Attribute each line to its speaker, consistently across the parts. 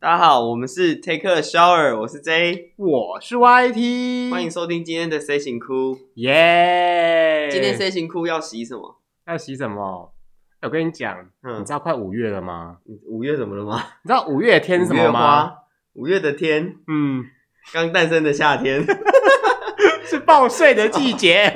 Speaker 1: 大家好，我们是 Take a Shower，我是 J，
Speaker 2: 我是 YT，
Speaker 1: 欢迎收听今天的哎 C 型哭。
Speaker 2: 耶！
Speaker 1: 今天 C 型哭要洗什么？
Speaker 2: 要洗什么？哎我跟你讲，
Speaker 1: 嗯
Speaker 2: 你知道快五月了吗？
Speaker 1: 五月怎么了吗？
Speaker 2: 你知道五月天是什
Speaker 1: 五
Speaker 2: 么
Speaker 1: 月
Speaker 2: 吗？
Speaker 1: 花？五月的天，
Speaker 2: 嗯，
Speaker 1: 刚诞生的夏天，
Speaker 2: 是报税的季节。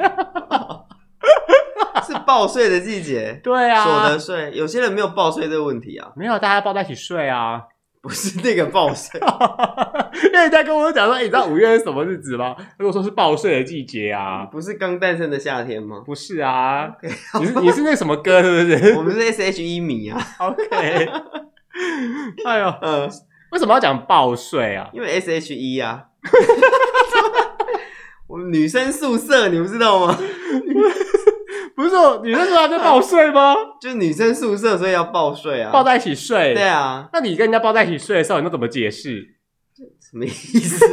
Speaker 1: 是报税的季节，
Speaker 2: 对啊，
Speaker 1: 所得税。有些人没有报税这个问题啊，
Speaker 2: 没有，大家抱在一起睡啊。，
Speaker 1: 不是那个报税
Speaker 2: 因为你在跟我讲说，哎、你知道五月是什么日子吗？如果说是报税的季节啊，
Speaker 1: 不是刚诞生的夏天吗？
Speaker 2: 不是啊，你是你是那什么歌是不
Speaker 1: 我
Speaker 2: 是
Speaker 1: 们是 S H E 米啊，
Speaker 2: ？OK，哎呦，
Speaker 1: 嗯，
Speaker 2: 为什么要讲报税啊？
Speaker 1: 因为 S H E 啊， 我们女生宿舍你不知道吗？
Speaker 2: 不是说你那时候还在报 税吗？
Speaker 1: 就是女生宿舍，所以要报税啊。
Speaker 2: 抱在一起睡，
Speaker 1: 对啊，
Speaker 2: 那你跟人家抱在一起睡的时候，你都怎么解释？
Speaker 1: 什么意思？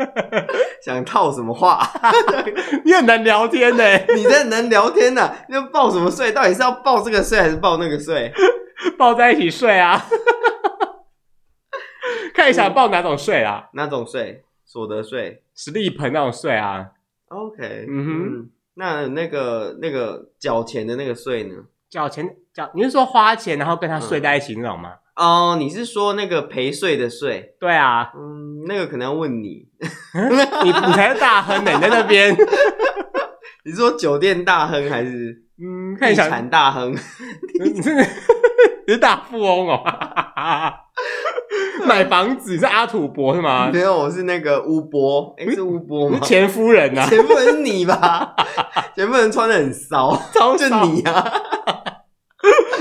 Speaker 1: 想套什么 话？
Speaker 2: 你很难聊天呢、
Speaker 1: 你这能聊天啊呐、那报什么税？到底是要报这个税还是报那个税？
Speaker 2: 抱在一起睡啊， 看你想抱哪种睡啊，
Speaker 1: 哪种税？所得税。
Speaker 2: 实力盆那种睡啊，
Speaker 1: OK，
Speaker 2: 嗯哼
Speaker 1: 那那个那个缴钱的那个税呢？
Speaker 2: 缴钱缴，你是说花钱然后跟他睡在一起那种吗？
Speaker 1: 哦、你是说那个陪税的税？
Speaker 2: 对啊，
Speaker 1: 嗯，那个可能要问你。
Speaker 2: 你你才是大亨呢、你在那边，
Speaker 1: 你是说酒店大亨还是
Speaker 2: 嗯，看
Speaker 1: 地
Speaker 2: 你想，
Speaker 1: 产大亨？
Speaker 2: 你是 你是大富翁哦， 买房子你是阿土伯是吗？
Speaker 1: 没有，我是那个乌波，诶，是乌波
Speaker 2: 啊你
Speaker 1: 吗
Speaker 2: 是？前夫人呐、啊，
Speaker 1: 前夫人是你吧？ 前夫人穿的很骚，
Speaker 2: 超
Speaker 1: 就
Speaker 2: 少，
Speaker 1: 你啊！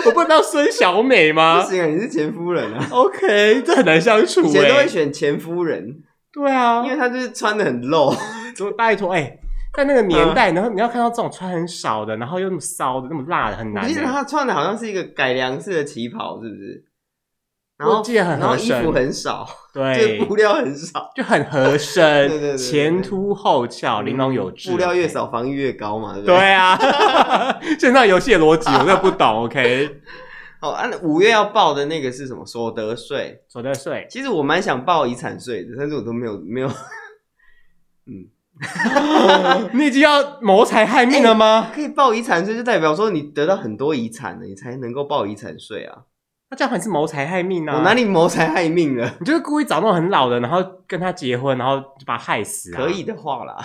Speaker 2: 我不能当孙小美
Speaker 1: 不
Speaker 2: 吗？
Speaker 1: 行啊，你是前夫人 啊！
Speaker 2: OK，这很难相处
Speaker 1: 以
Speaker 2: 哎、
Speaker 1: 前都会选前夫人，
Speaker 2: 对啊
Speaker 1: 因，为他就是穿的很露。
Speaker 2: 怎么拜托哎、在那个年
Speaker 1: 嗯
Speaker 2: 代，然后你要看到这种穿很少的，然后又那么骚的、那么辣的，很
Speaker 1: 我
Speaker 2: 难、
Speaker 1: 记得
Speaker 2: 欸。
Speaker 1: 他穿的好像是一个改良式的旗袍，是不是？然
Speaker 2: 我
Speaker 1: 后
Speaker 2: 记得很哎
Speaker 1: 然后
Speaker 2: 合
Speaker 1: 衣服
Speaker 2: 身，
Speaker 1: 很少，就是
Speaker 2: 对
Speaker 1: 布，料很少，
Speaker 2: 就很
Speaker 1: 对
Speaker 2: 合
Speaker 1: 对对对
Speaker 2: 身，
Speaker 1: 对
Speaker 2: 前凸后翘，玲珑有致。
Speaker 1: 布料越
Speaker 2: OK
Speaker 1: 少，防御越高嘛，对不对？
Speaker 2: 对啊， 现在游戏的逻辑我真的不懂。OK，
Speaker 1: 好，按五月要报的那个是什么？所得税。
Speaker 2: 所得 税，
Speaker 1: 其实我蛮想报遗产税的，但是我都没有没有。
Speaker 2: 你已经要谋财害命了吗？
Speaker 1: 可以报遗产税，就代表说你得到很多遗产了，你才能够报遗产税啊！
Speaker 2: 那这样还是谋财害命啊！
Speaker 1: 我哪里谋财害命了？
Speaker 2: 你就是故意找那种很老的，然后跟他结婚，然后就把他害死、啊。
Speaker 1: 可以的话啦，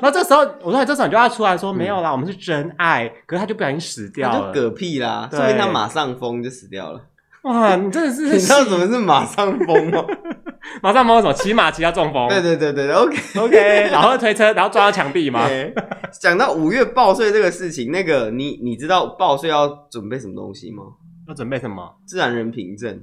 Speaker 2: 然后这时候，我说这时候你就要出来说没有啦，我们是真爱。可是他就不小心死掉
Speaker 1: 那就
Speaker 2: 了。
Speaker 1: 嗝屁啦，
Speaker 2: 对
Speaker 1: 说明他马上疯就死掉了。
Speaker 2: 哇，你真的是
Speaker 1: 你知道什么是马上疯吗？
Speaker 2: 马上摸什么？骑马骑到中风。
Speaker 1: 对对对对，OK
Speaker 2: OK，然后推车，然后撞到墙壁吗？
Speaker 1: 对。讲到五月报税这个事情，那个你你知道报税要准备什么东西吗？
Speaker 2: 要准备什么？
Speaker 1: 自然人凭证，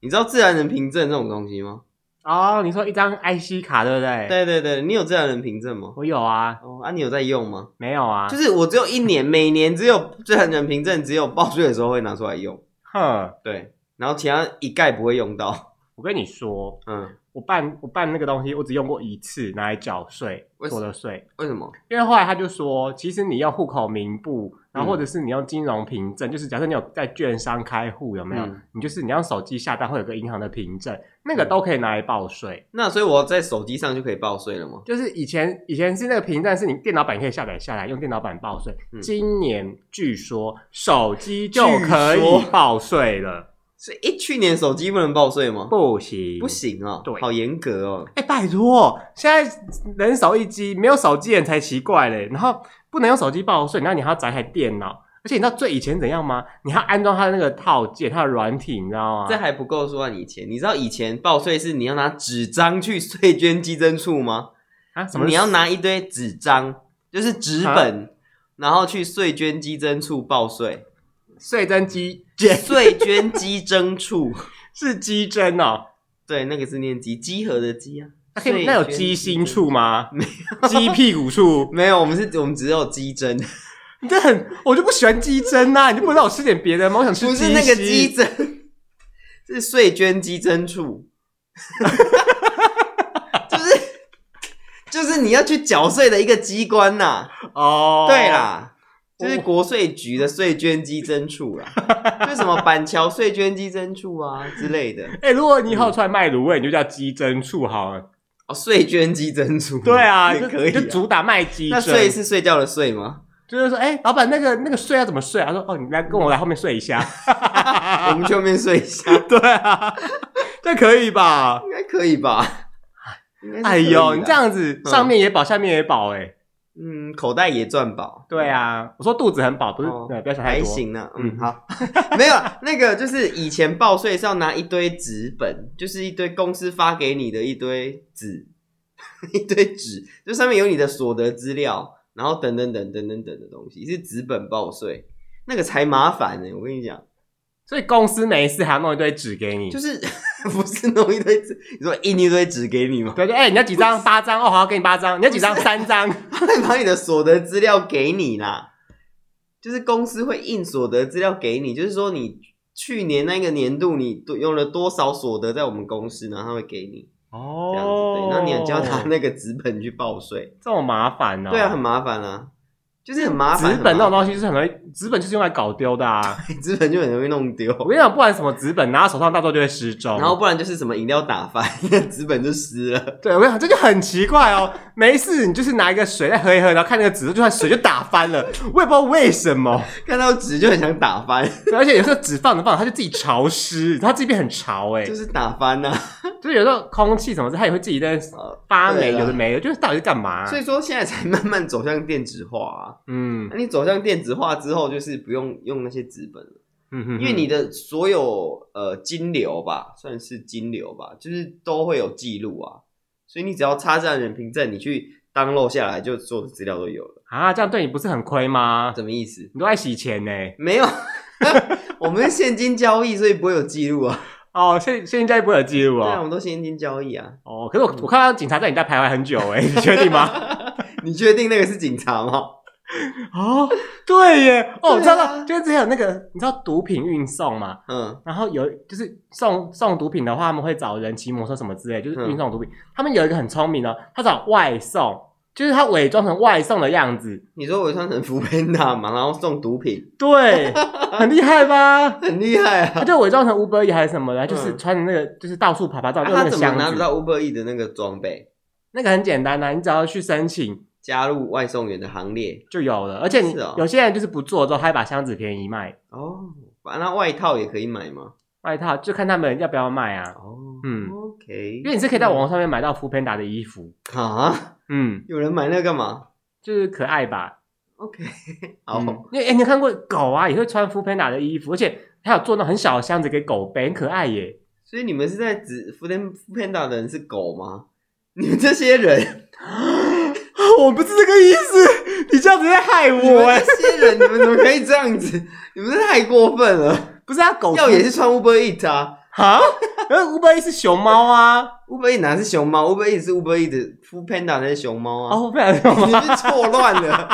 Speaker 1: 你知道自然人凭证这种东西吗？
Speaker 2: 哦，你说一张 IC 卡对不对？，
Speaker 1: 对对对，你有自然人凭证吗？
Speaker 2: 我有啊，
Speaker 1: 哦，啊，你有在用吗？
Speaker 2: 没有啊，
Speaker 1: 就是我只有一年，每年只有自然人凭证，只有报税的时候会拿出来用，
Speaker 2: 哼，
Speaker 1: 对，然后其他一概不会用到。
Speaker 2: 我跟你说，
Speaker 1: 嗯，
Speaker 2: 我办我办那个东西，我只用过一次，拿来缴税，
Speaker 1: 为什
Speaker 2: 所得税。
Speaker 1: 为什么？
Speaker 2: 因为后来他就说，其实你用户口名簿，然
Speaker 1: 嗯
Speaker 2: 后或者是你用金融凭证，就是假设你有在券商开户，有没有？
Speaker 1: 嗯
Speaker 2: 你就是你用手机下单会有个银行的凭证，那个都可以拿来报税。
Speaker 1: 那所以我在手机上就可以报税了吗？
Speaker 2: 就是以前以前是那个屏障，是你电脑版可以下载下来用电脑版报税。
Speaker 1: 嗯
Speaker 2: 今年据说手机就可
Speaker 1: 据说
Speaker 2: 以报税了，
Speaker 1: 所以一去年手机不能报税吗？
Speaker 2: 不行
Speaker 1: 不。行哦，
Speaker 2: 对
Speaker 1: 好严格哦。
Speaker 2: 哎、拜托，现在人手一机，没有手机人才奇怪嘞。然后不能用手机报税，然后你还要找一台电脑，而且你知道最以前怎样吗？你还要安装它的那个套件，它的软体，你知道吗？
Speaker 1: 这还不够说啊你以前，你知道以前报税是你要拿纸张去税捐基征处吗？
Speaker 2: 啊，什么？啊
Speaker 1: 你要拿一堆纸张，就是纸本，然后去税捐基征处报 税。
Speaker 2: 税征机
Speaker 1: 税捐基征处，
Speaker 2: 是机征哦，
Speaker 1: 对，那个字念基，基合的基啊。
Speaker 2: 那可以那有
Speaker 1: 税捐
Speaker 2: 鸡心
Speaker 1: 基征？
Speaker 2: 处吗？鸡屁股处？
Speaker 1: 没有，我们是我们只有基征，
Speaker 2: 你这很，我就不喜欢鸡胗呐、你就不能让我吃点别的吗？我想吃
Speaker 1: 不
Speaker 2: 鸡
Speaker 1: 是那个基
Speaker 2: 鸡，
Speaker 1: 征，是税捐基征 处，就是就是你要去缴税的一个机关呐、
Speaker 2: 哦，
Speaker 1: 对，啦，就是国税局的税捐稽征处啦， 就什么板桥税捐稽征处啊之类的。
Speaker 2: 哎、如果你以后出来卖卤味，你就叫鸡胗处好了。
Speaker 1: 哦，税捐稽征处，
Speaker 2: 对啊，
Speaker 1: 也
Speaker 2: 就
Speaker 1: 可以
Speaker 2: 就
Speaker 1: 啊。
Speaker 2: 主打卖鸡
Speaker 1: 那税
Speaker 2: 胗，
Speaker 1: 是睡觉的睡 吗？
Speaker 2: 就是说，哎、老板，那个那个税要怎么睡？他说，哦，你来跟
Speaker 1: 嗯
Speaker 2: 我来后面睡 一下。
Speaker 1: 我们去后面睡一下，
Speaker 2: 对啊，这可以吧？
Speaker 1: 应该可以 吧？应该是
Speaker 2: 哎
Speaker 1: 可以
Speaker 2: 呦，
Speaker 1: 啦
Speaker 2: 你这，样子，
Speaker 1: 嗯
Speaker 2: 上面也饱，下面也饱、哎，
Speaker 1: 嗯，口袋也赚饱。
Speaker 2: 对啊，我说肚子很饱，不是、
Speaker 1: 嗯
Speaker 2: 呃
Speaker 1: 哦
Speaker 2: 对，不要想太
Speaker 1: 还
Speaker 2: 多。
Speaker 1: 行呢、
Speaker 2: 嗯
Speaker 1: 嗯，好， 没有啊那个，就是以前报税是要拿一堆纸本，就是一堆公司发给你的一堆纸， 一堆纸，就上面有你的所得资料，然后等等等等等等的东西，是纸本报税，那个才麻烦呢、我跟你讲，
Speaker 2: 所以公司每一次还要弄一堆纸给你，
Speaker 1: 就是 不是弄一堆纸，你说印一堆纸给你吗？
Speaker 2: 对，就哎、你要几张？八张哦，好，给你八张。你要几张？三张。
Speaker 1: 他会把你的所得资料给你啦，就是公司会印所得资料给你，就是说你去年那个年度你多用了多少所得在我们公司，然后他会给你这样子，对，然后你要教他那个纸本去报税，
Speaker 2: 哦这么麻烦呢、
Speaker 1: 对啊，很麻烦啊，就是很麻烦，
Speaker 2: 哦纸本那种
Speaker 1: 很麻
Speaker 2: 东西是很容易，纸本就是用来搞丢的啊。
Speaker 1: 烦 纸本就很容易弄丢
Speaker 2: 我，跟你讲，不管什么纸本拿到手上，到时候就会失踪。
Speaker 1: 然后不然就是什么饮料打翻， 纸本就湿了，
Speaker 2: 对，我跟你讲，这就很奇怪哦。没事，你就是拿一个水再喝一喝，然后看那个纸，就算水就打翻了，我也不知道为什么。
Speaker 1: 看到纸就很想打翻，
Speaker 2: 对而且有时候纸放着放着，它就自己潮湿，然后它自己变很潮哎、
Speaker 1: 就是打翻啊呐、
Speaker 2: 就是有时候空气什么的，它也会自己在呃
Speaker 1: 啊。
Speaker 2: 发霉，
Speaker 1: 对啊
Speaker 2: 有的没的，就是到底是干嘛、
Speaker 1: 所以说现在才慢慢走向电子化啊。
Speaker 2: 嗯
Speaker 1: 那你走向电子化之后，就是不用用那些纸本了，
Speaker 2: 嗯哼，
Speaker 1: 因为你的所有呃金流吧，算是金流吧，就是都会有记录啊，所以你只要插上人凭证，你去 download 下来，就所有的资料都有了，
Speaker 2: 啊，这样对你不是很亏吗？
Speaker 1: 什么意思？
Speaker 2: 你都爱洗钱呢、
Speaker 1: 没有， 我们是现金交易，所以不会有记录啊。
Speaker 2: 哦，现现在不会有记录
Speaker 1: 对啊，
Speaker 2: 哦。
Speaker 1: 我们都现金交易啊。
Speaker 2: 哦，可是我我看到警察在你家徘徊很久哎、你确定吗？
Speaker 1: 你确定那个是警察吗？
Speaker 2: 哦，对耶，哦，我知
Speaker 1: 对啊
Speaker 2: 道了，就是之前有那个，你知道毒品运送嘛？
Speaker 1: 嗯，
Speaker 2: 然后有就是送送毒品的话，他们会找人骑摩托车什么之类，就是
Speaker 1: 嗯
Speaker 2: 运送毒品。他们有一个很聪明的，他找外送，就是他伪装成外送的样子，
Speaker 1: 你说我穿成福佩纳嘛，然后送毒品，
Speaker 2: 对，很厉害吧？
Speaker 1: 很厉害
Speaker 2: 他
Speaker 1: 啊。
Speaker 2: 就伪装成 Uber E 还是什么的，就是
Speaker 1: 嗯
Speaker 2: 穿着那个就是到处爬爬照，
Speaker 1: 啊
Speaker 2: 就那
Speaker 1: 他
Speaker 2: 个
Speaker 1: 怎么
Speaker 2: 箱
Speaker 1: 拿得
Speaker 2: 子。
Speaker 1: 到 Uber E 的那个装备？
Speaker 2: 那个很简单呐、啊你只要去申请
Speaker 1: 加入外送员的行列，
Speaker 2: 就有了。而且你
Speaker 1: 是哦
Speaker 2: 有些人就是不做之后，他还把箱子便宜卖，
Speaker 1: 哦，反正外套也可以买吗？
Speaker 2: 外套就看他们要不要卖啊。
Speaker 1: 哦，
Speaker 2: 嗯
Speaker 1: ，OK，
Speaker 2: 因为你是可以在网络上面买到福 Panda 的衣服，
Speaker 1: 啊，
Speaker 2: 嗯，
Speaker 1: 有人买那个干 嘛
Speaker 2: 就是可爱吧。
Speaker 1: ？OK，好，
Speaker 2: 嗯因为哎、你有看过狗啊，也会穿福 Panda 的衣服，而且还有做那种很小的箱子给狗背，很可爱耶。
Speaker 1: 所以你们是在指 f o o Panda 的人是狗吗？你们这些人，
Speaker 2: 我不是这个意思，你这样子在害哎
Speaker 1: 你们这些人，你们怎么可以这样子？你们这太过分 了！
Speaker 2: 不是啊，狗
Speaker 1: 要也是穿 Uber Eat 啊
Speaker 2: 啊，然后 Uber E 是熊猫啊，
Speaker 1: ，Uber Eat 哪是熊猫？Uber Eat 是 Uber Eat 的 f o o Panda 才是熊猫啊！
Speaker 2: 哦，不然熊
Speaker 1: 你
Speaker 2: 猫
Speaker 1: 是错乱了。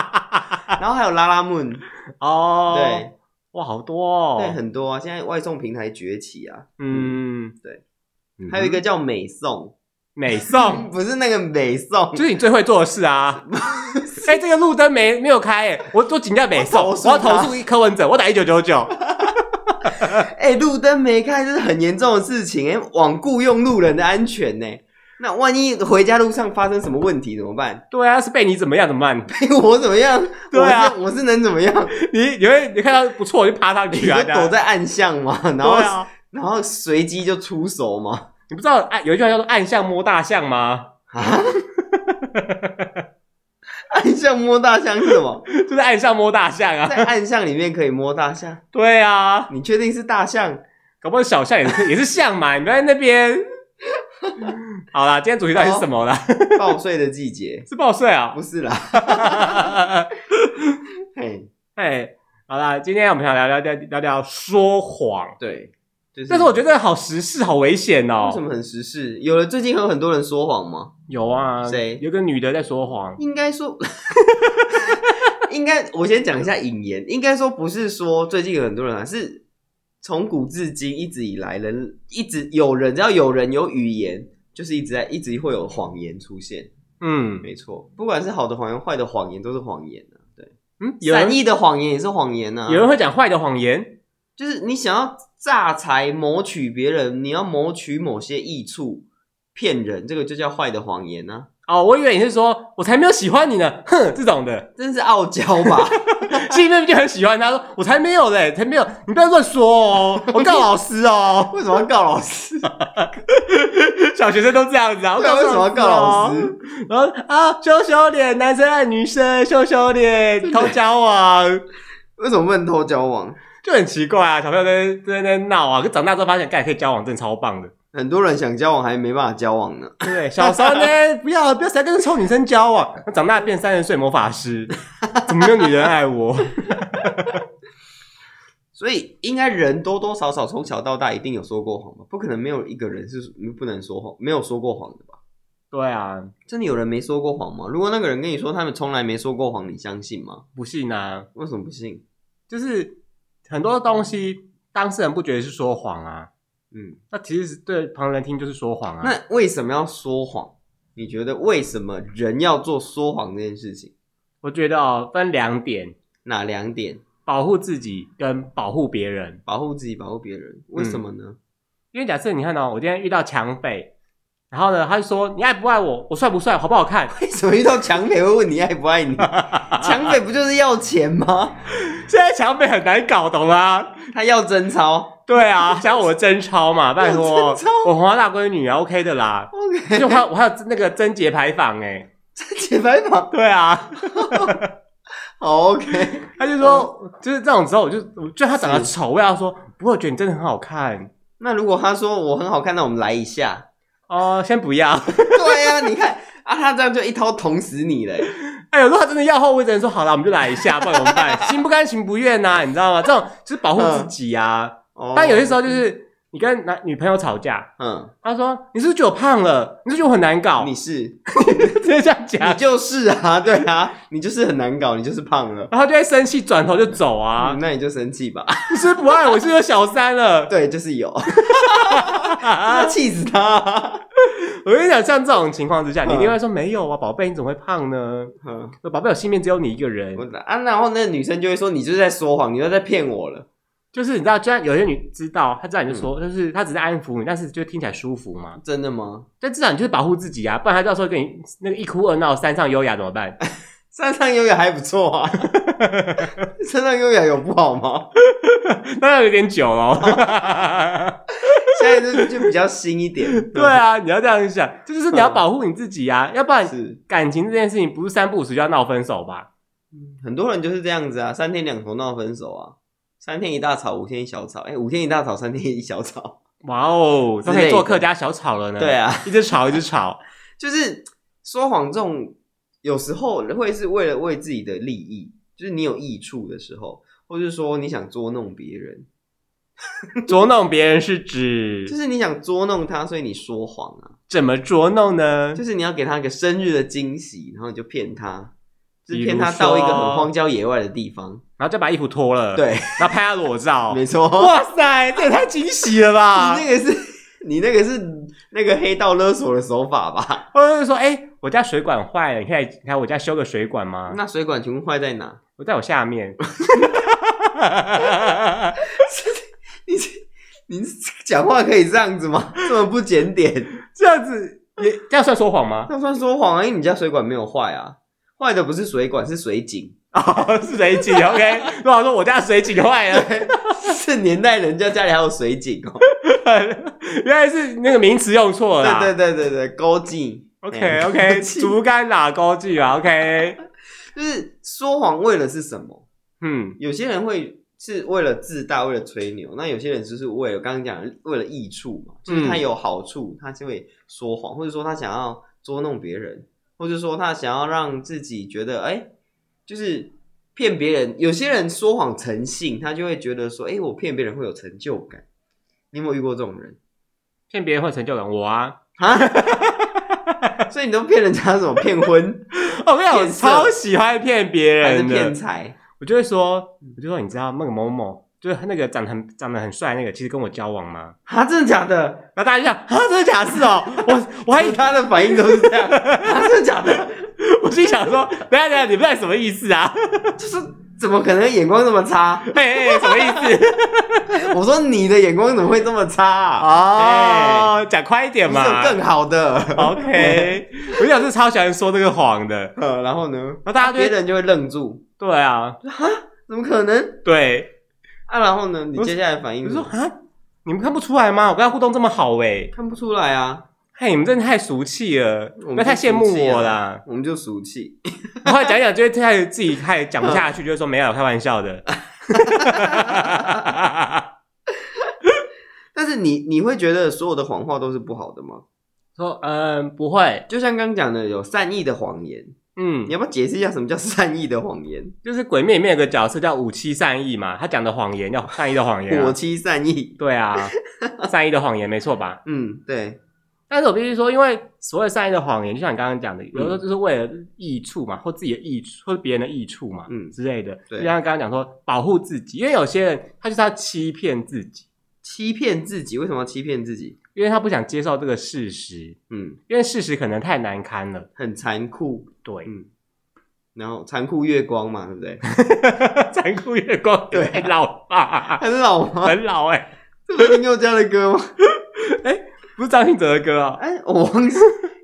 Speaker 1: 然后还有拉拉 moon，
Speaker 2: 哦，
Speaker 1: 对，
Speaker 2: 哇，好多哦，
Speaker 1: 对，很多啊，现在外送平台崛起啊，
Speaker 2: 嗯，
Speaker 1: 对
Speaker 2: 嗯，
Speaker 1: 还有一个叫美送，
Speaker 2: 美 送，
Speaker 1: 不是那个美送，
Speaker 2: 就是你最会做的事 啊。哎、这个路灯没没有开、哎，我做警叫美送，
Speaker 1: 我投
Speaker 2: 我
Speaker 1: 诉
Speaker 2: 要投
Speaker 1: 他
Speaker 2: 诉一柯文哲，我打一九九九。
Speaker 1: 哎、路灯没开这是很严重的事情，哎、罔顾用路人的安全呢、那万一回家路上发生什么问题怎么办？
Speaker 2: 对啊，是被你怎么样怎么办？
Speaker 1: 被我怎么样？
Speaker 2: 对啊
Speaker 1: 我是我是能怎么样？
Speaker 2: 你你会你看到不错，你就趴上去
Speaker 1: 就
Speaker 2: 啊，这样
Speaker 1: 躲在暗巷嘛，然后、
Speaker 2: 对啊。
Speaker 1: 然后随机就出手嘛。
Speaker 2: 你不知道暗有一句话叫做“暗巷摸大象”吗？
Speaker 1: 啊！ 暗巷摸大象是什么？
Speaker 2: 就是暗巷摸大象啊。
Speaker 1: 在暗巷里面可以摸大象？
Speaker 2: 对啊，
Speaker 1: 你确定是大象？
Speaker 2: 搞不好小象也是也是象嘛，你不要在那边。 好啦，今天主题到底是什么啦？
Speaker 1: 报税的季节
Speaker 2: 是报税啊
Speaker 1: 不？是啦，嘿，
Speaker 2: 哎，好啦，今天我们想聊聊聊聊聊说谎，
Speaker 1: 对，就是。
Speaker 2: 但是我觉得好时事，好危险哦
Speaker 1: 嗯为。什么很时事？有了，最近有很多人说谎吗？
Speaker 2: 有啊，
Speaker 1: 谁
Speaker 2: 有个女的在说谎，
Speaker 1: 应该说，应该我先讲一下引言。应该说不是说最近有很多人啊，是从古至今一直以来人一直有人，只要有人有语言，就是一直在一直会有谎言出现。
Speaker 2: 嗯
Speaker 1: 没错，不管是好的谎言、坏的谎言，都是谎言啊。对，
Speaker 2: 嗯，有人
Speaker 1: 善意的谎言也是谎言啊。
Speaker 2: 有人会讲坏的谎言，
Speaker 1: 就是你想要诈财谋取别人，你要谋取某些益处，骗人，这个就叫坏的谎言啊，
Speaker 2: 哦，我以为你是说我才没有喜欢你呢，哼，这种的，
Speaker 1: 真是傲娇吧？
Speaker 2: 心里面就很喜欢他说我才没有嘞，才没有，你不要乱说哦，我告老师哦，
Speaker 1: 为什么要告老 师？
Speaker 2: 小学生都这样子啊，我
Speaker 1: 对啊
Speaker 2: 告
Speaker 1: 为什么要告老师？
Speaker 2: 哦？然后啊，羞羞脸，男生爱女生，羞羞脸，偷交往，
Speaker 1: 为什么不能偷交往？
Speaker 2: 就很奇怪啊，小朋友在在在闹啊，可长大之后发现，干可以交往，真的超棒的。
Speaker 1: 很多人想交往还没办法交往呢。
Speaker 2: 对，小时候呢，不要不要谁跟臭女生交往，长大变三十岁魔法师，怎么没有女人爱我？
Speaker 1: 所以应该人多多少少从小到大一定有说过谎吧？不可能没有一个人是不能说谎、没有说过谎的吧？
Speaker 2: 对啊，
Speaker 1: 真的有人没说过谎吗？如果那个人跟你说他们从来没说过谎，你相信吗？
Speaker 2: 不信啊，
Speaker 1: 为什么不信？
Speaker 2: 就是很多东西当事人不觉得是说谎啊，
Speaker 1: 嗯，
Speaker 2: 那其实是对旁人听就是说谎啊。
Speaker 1: 那为什么要说谎？你觉得为什么人要做说谎这件事情？
Speaker 2: 我觉得哦，分两点，
Speaker 1: 哪两点？
Speaker 2: 保护自己跟保护别人。
Speaker 1: 保护自己，保护别人，为什么呢？
Speaker 2: 因为假设你看哦，我今天遇到强匪，然后呢，他就说你爱不爱我，我帅不帅，好不好看，
Speaker 1: 为什么遇到强匪会问你爱不爱你？强匪不就是要钱吗？
Speaker 2: 现在强匪很难搞，懂吗？
Speaker 1: 他要贞操
Speaker 2: 对啊，想我真超嘛，拜托
Speaker 1: 真超，。
Speaker 2: 我黄花大闺女啊，OK 的啦
Speaker 1: ，OK，
Speaker 2: 就还有我还有那个贞洁牌坊哎、
Speaker 1: 解牌坊，
Speaker 2: 对啊，
Speaker 1: 好 OK，
Speaker 2: 他就说就是这种时候，我就我觉得他长得丑，我要说不过我觉得你真的很好看
Speaker 1: 那如果他说我很好看，那我们来一下。
Speaker 2: 哦、先不要。
Speaker 1: 对呀、你看啊，他这样就一刀捅死你嘞。
Speaker 2: 哎呦，如果他真的要后，我只能说好了，我们就来一下，不然怎么办？ 心不甘情不愿呐、你知道吗？这种就是保护自己啊。
Speaker 1: 哦
Speaker 2: 但有些时候就是你跟男女朋友吵架，
Speaker 1: 嗯，
Speaker 2: 他说你是不是觉得我胖了？你是不是觉得我很难搞？
Speaker 1: 你是
Speaker 2: 直接这样讲
Speaker 1: 你，就是啊，对啊，你就是很难搞，你就是胖了
Speaker 2: 然后就会生气，转头就走啊
Speaker 1: 嗯。那你就生气吧。
Speaker 2: 你是不是不爱我？是不是有小 三了？
Speaker 1: 对，就是 有，要气死他。
Speaker 2: 我跟你讲，像这种情况之下，你一定会说没有啊，宝贝，你怎么会胖呢？
Speaker 1: 嗯，
Speaker 2: 宝贝，我心里面只有你一个人
Speaker 1: 我。啊，然后那个女生就会说你就是在说谎，你又在骗我了。
Speaker 2: 就是你知道，就然有些女知道，她知道
Speaker 1: 嗯
Speaker 2: 你就说，就是她只是安抚你，但是就听起来舒服嘛。
Speaker 1: 真的吗？
Speaker 2: 但至少你就是保护自己啊，不然他到时候跟你那个一哭二闹三上优雅怎么办？
Speaker 1: 山上优雅还不错啊， 山上优雅有不好吗？
Speaker 2: 那有点久 了。
Speaker 1: 现在就就比较新一点。
Speaker 2: 对啊，你要这样想，这就是你要保护你自己啊，要不
Speaker 1: 嗯
Speaker 2: 然
Speaker 1: 是
Speaker 2: 感情这件事情不是三不五时就要闹分手吧？
Speaker 1: 很多人就是这样子啊，三天两头闹分手啊，三天一大吵，五天一小吵，哎、五天一大吵，三天一小 吵，
Speaker 2: 哇哦，
Speaker 1: 之
Speaker 2: 都可
Speaker 1: 类的
Speaker 2: 以做客家小炒了呢。
Speaker 1: 对，啊，
Speaker 2: 一直吵一直吵，
Speaker 1: 就是说谎这种，有时候会是为了为自己的利益，就是你有益处的时候，或是说你想捉弄别人，
Speaker 2: 捉弄别人是指
Speaker 1: 就是你想捉弄他，所以你说谎啊，
Speaker 2: 怎么捉弄呢？
Speaker 1: 就是你要给他一个生日的惊喜，然后你就骗他，就是
Speaker 2: 比如
Speaker 1: 骗他
Speaker 2: 说
Speaker 1: 到一个很荒郊野外的地方，
Speaker 2: 然后再把衣服脱了，，
Speaker 1: 对，
Speaker 2: 然后拍他裸照。
Speaker 1: 没 错，
Speaker 2: 哇塞，这也太惊喜了吧！
Speaker 1: 你那个是。 你那个是那个黑道勒索的手法吧？
Speaker 2: 或者是说，哎、我家水管坏了，你可以来我家修个水管吗？
Speaker 1: 那水管请问坏在哪？
Speaker 2: 我在我下 面。
Speaker 1: 你这你讲话可以这样子吗？这么不检点，
Speaker 2: 这样子也这样算说谎吗？
Speaker 1: 那算说谎啊！因为你家水管没有坏啊，坏的不是水管，是水井。
Speaker 2: 哦，是水 井 OK。如果说我家水井坏了，
Speaker 1: 是年代人家家里还有水井哦。
Speaker 2: 原来是那个名词用错了啦。
Speaker 1: 对啊对对对对，勾进。
Speaker 2: OK
Speaker 1: 哎
Speaker 2: OK，
Speaker 1: 勾进
Speaker 2: 竹竿打勾锯啊 OK。
Speaker 1: 就是说谎为了是什么？
Speaker 2: 嗯，
Speaker 1: 有些人会是为了自大，为了吹牛；那有些人就是为了刚刚讲的为了益处嘛，就是
Speaker 2: 嗯
Speaker 1: 他有好处，他就会说谎，或者说他想要捉弄别人，或者说他想要让自己觉得哎、就是骗别人。有些人说谎成性，他就会觉得说，哎、我骗别人会有成就感。你有没有遇过这种人
Speaker 2: 骗别人会有成就感，我啊，
Speaker 1: 啊？ 所以你都骗人家什么骗婚
Speaker 2: 哦我跟你讲，我
Speaker 1: 骗色
Speaker 2: 超喜欢骗别
Speaker 1: 还是
Speaker 2: 人
Speaker 1: 骗
Speaker 2: 的。
Speaker 1: 财？
Speaker 2: 我就会说，我就说，你知道那个某某，就是那个长得很长得很帅那个，其实跟我交往吗？
Speaker 1: 啊，真的假的？
Speaker 2: 然后大家就想啊，这是假事哦，我我还以
Speaker 1: 他的反应都是这样，啊、真的假的？
Speaker 2: 我心想说，等一下等一下，你们在什么意思啊？
Speaker 1: 就是怎么可能眼光这么差？
Speaker 2: 嘿嘿，什 么意思？
Speaker 1: 我说你的眼光怎么会这么差啊？
Speaker 2: 哦，讲快一点
Speaker 1: 不是
Speaker 2: 嘛
Speaker 1: 有。更好的。
Speaker 2: OK，我想是超喜欢说这个谎的，
Speaker 1: 呃，然后呢？
Speaker 2: 那大家就
Speaker 1: 别
Speaker 2: 会
Speaker 1: 人就会愣住，
Speaker 2: 对啊，
Speaker 1: 怎么可能
Speaker 2: 对，
Speaker 1: 啊？然后呢？你
Speaker 2: 不是
Speaker 1: 接下来反应
Speaker 2: 你
Speaker 1: 是
Speaker 2: 说啊，你们看不出来吗？我跟他互动这么好哎、
Speaker 1: 看不出来啊，
Speaker 2: 嘿，你们真的太俗气了，
Speaker 1: 我
Speaker 2: 不
Speaker 1: 们
Speaker 2: 要太
Speaker 1: 就
Speaker 2: 羡
Speaker 1: 俗
Speaker 2: 慕
Speaker 1: 气了
Speaker 2: 我啦。
Speaker 1: 我们就俗气。
Speaker 2: 然后讲一讲就会太自己太讲不下去，就会说没有开玩笑的。
Speaker 1: 但是你你会觉得所有的谎话都是不好的吗？
Speaker 2: 说嗯不会，
Speaker 1: 就像刚刚讲的，有善意的谎言，
Speaker 2: 嗯
Speaker 1: 你，要不要解释一下什么叫善意的谎言？
Speaker 2: 就是《鬼灭》里面有个角色叫五七善意嘛，他讲的谎言 叫善意的谎言、
Speaker 1: 火
Speaker 2: 啊。
Speaker 1: 妻善意，
Speaker 2: 对啊，善意的谎言没错吧？
Speaker 1: 嗯，对，
Speaker 2: 但是我必须说，因为所谓善意的谎言，就像你刚刚讲的，有时
Speaker 1: 嗯
Speaker 2: 候就是为了益处嘛，或自己的益处，或者别人的益处嘛，
Speaker 1: 嗯
Speaker 2: 之类的。就
Speaker 1: 对
Speaker 2: 像刚刚讲说，保护自己，因为有些人他就是要欺骗自己，
Speaker 1: 欺骗自己，为什么要欺骗自己？
Speaker 2: 因为他不想接受这个事实，
Speaker 1: 嗯，
Speaker 2: 因为事实可能太难堪了。
Speaker 1: 很残酷，
Speaker 2: 对，
Speaker 1: 嗯，然后残酷月光嘛，对不 对？
Speaker 2: 残酷月光，
Speaker 1: 对啊
Speaker 2: 很老吧，
Speaker 1: 很老吗？
Speaker 2: 很老哎、
Speaker 1: 这不是林宥嘉的歌吗？
Speaker 2: 不是张信哲的歌啊、
Speaker 1: 哎，我忘记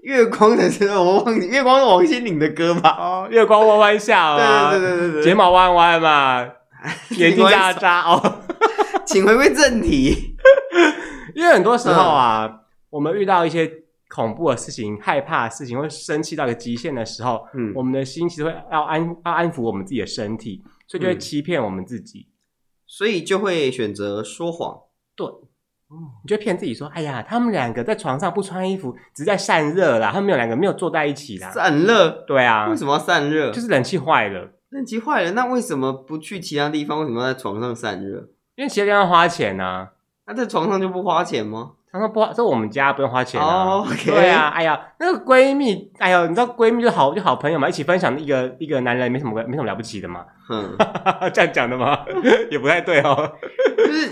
Speaker 1: 月光的是，我忘记月光是王心凌的歌吧？
Speaker 2: 哦，月光弯弯下啊，
Speaker 1: 对对对对对
Speaker 2: 睫毛弯 弯嘛，
Speaker 1: 对，
Speaker 2: 眼睛
Speaker 1: 没
Speaker 2: 眨
Speaker 1: 关系，
Speaker 2: 眨哦。
Speaker 1: 请回归正题。
Speaker 2: 因为很多时候啊，
Speaker 1: 嗯
Speaker 2: 我们遇到一些恐怖的事情、害怕的事情，或生气到一个极限的时候，
Speaker 1: 嗯
Speaker 2: 我，们的心其实会要安要安抚我们自己的身体，所以就会
Speaker 1: 嗯
Speaker 2: 欺骗我们自己。
Speaker 1: 所以就会选择说谎。
Speaker 2: 对，你就会骗自己说：“哎呀，他们两个在床上不穿衣服，只是在散热啦，他们有两个没有坐在一起啦。
Speaker 1: 散”热，
Speaker 2: 对啊，
Speaker 1: 为什么要散热？
Speaker 2: 就是冷气坏了，
Speaker 1: 冷气坏了，那为什么不去其他地方？为什么要在床上散热？
Speaker 2: 因为其他地方花钱啊。
Speaker 1: 那、在床上就不花钱吗？
Speaker 2: 他说不花，这我们家不用花钱啊。
Speaker 1: 哦，OK
Speaker 2: 对啊，哎呀，那个闺蜜，哎呀，你知道闺蜜就好就好朋友嘛，一起分享一个一个男人没什么没什么了不起的嘛，
Speaker 1: 哼，
Speaker 2: 这样讲的吗？ 也不太对哦。
Speaker 1: 就是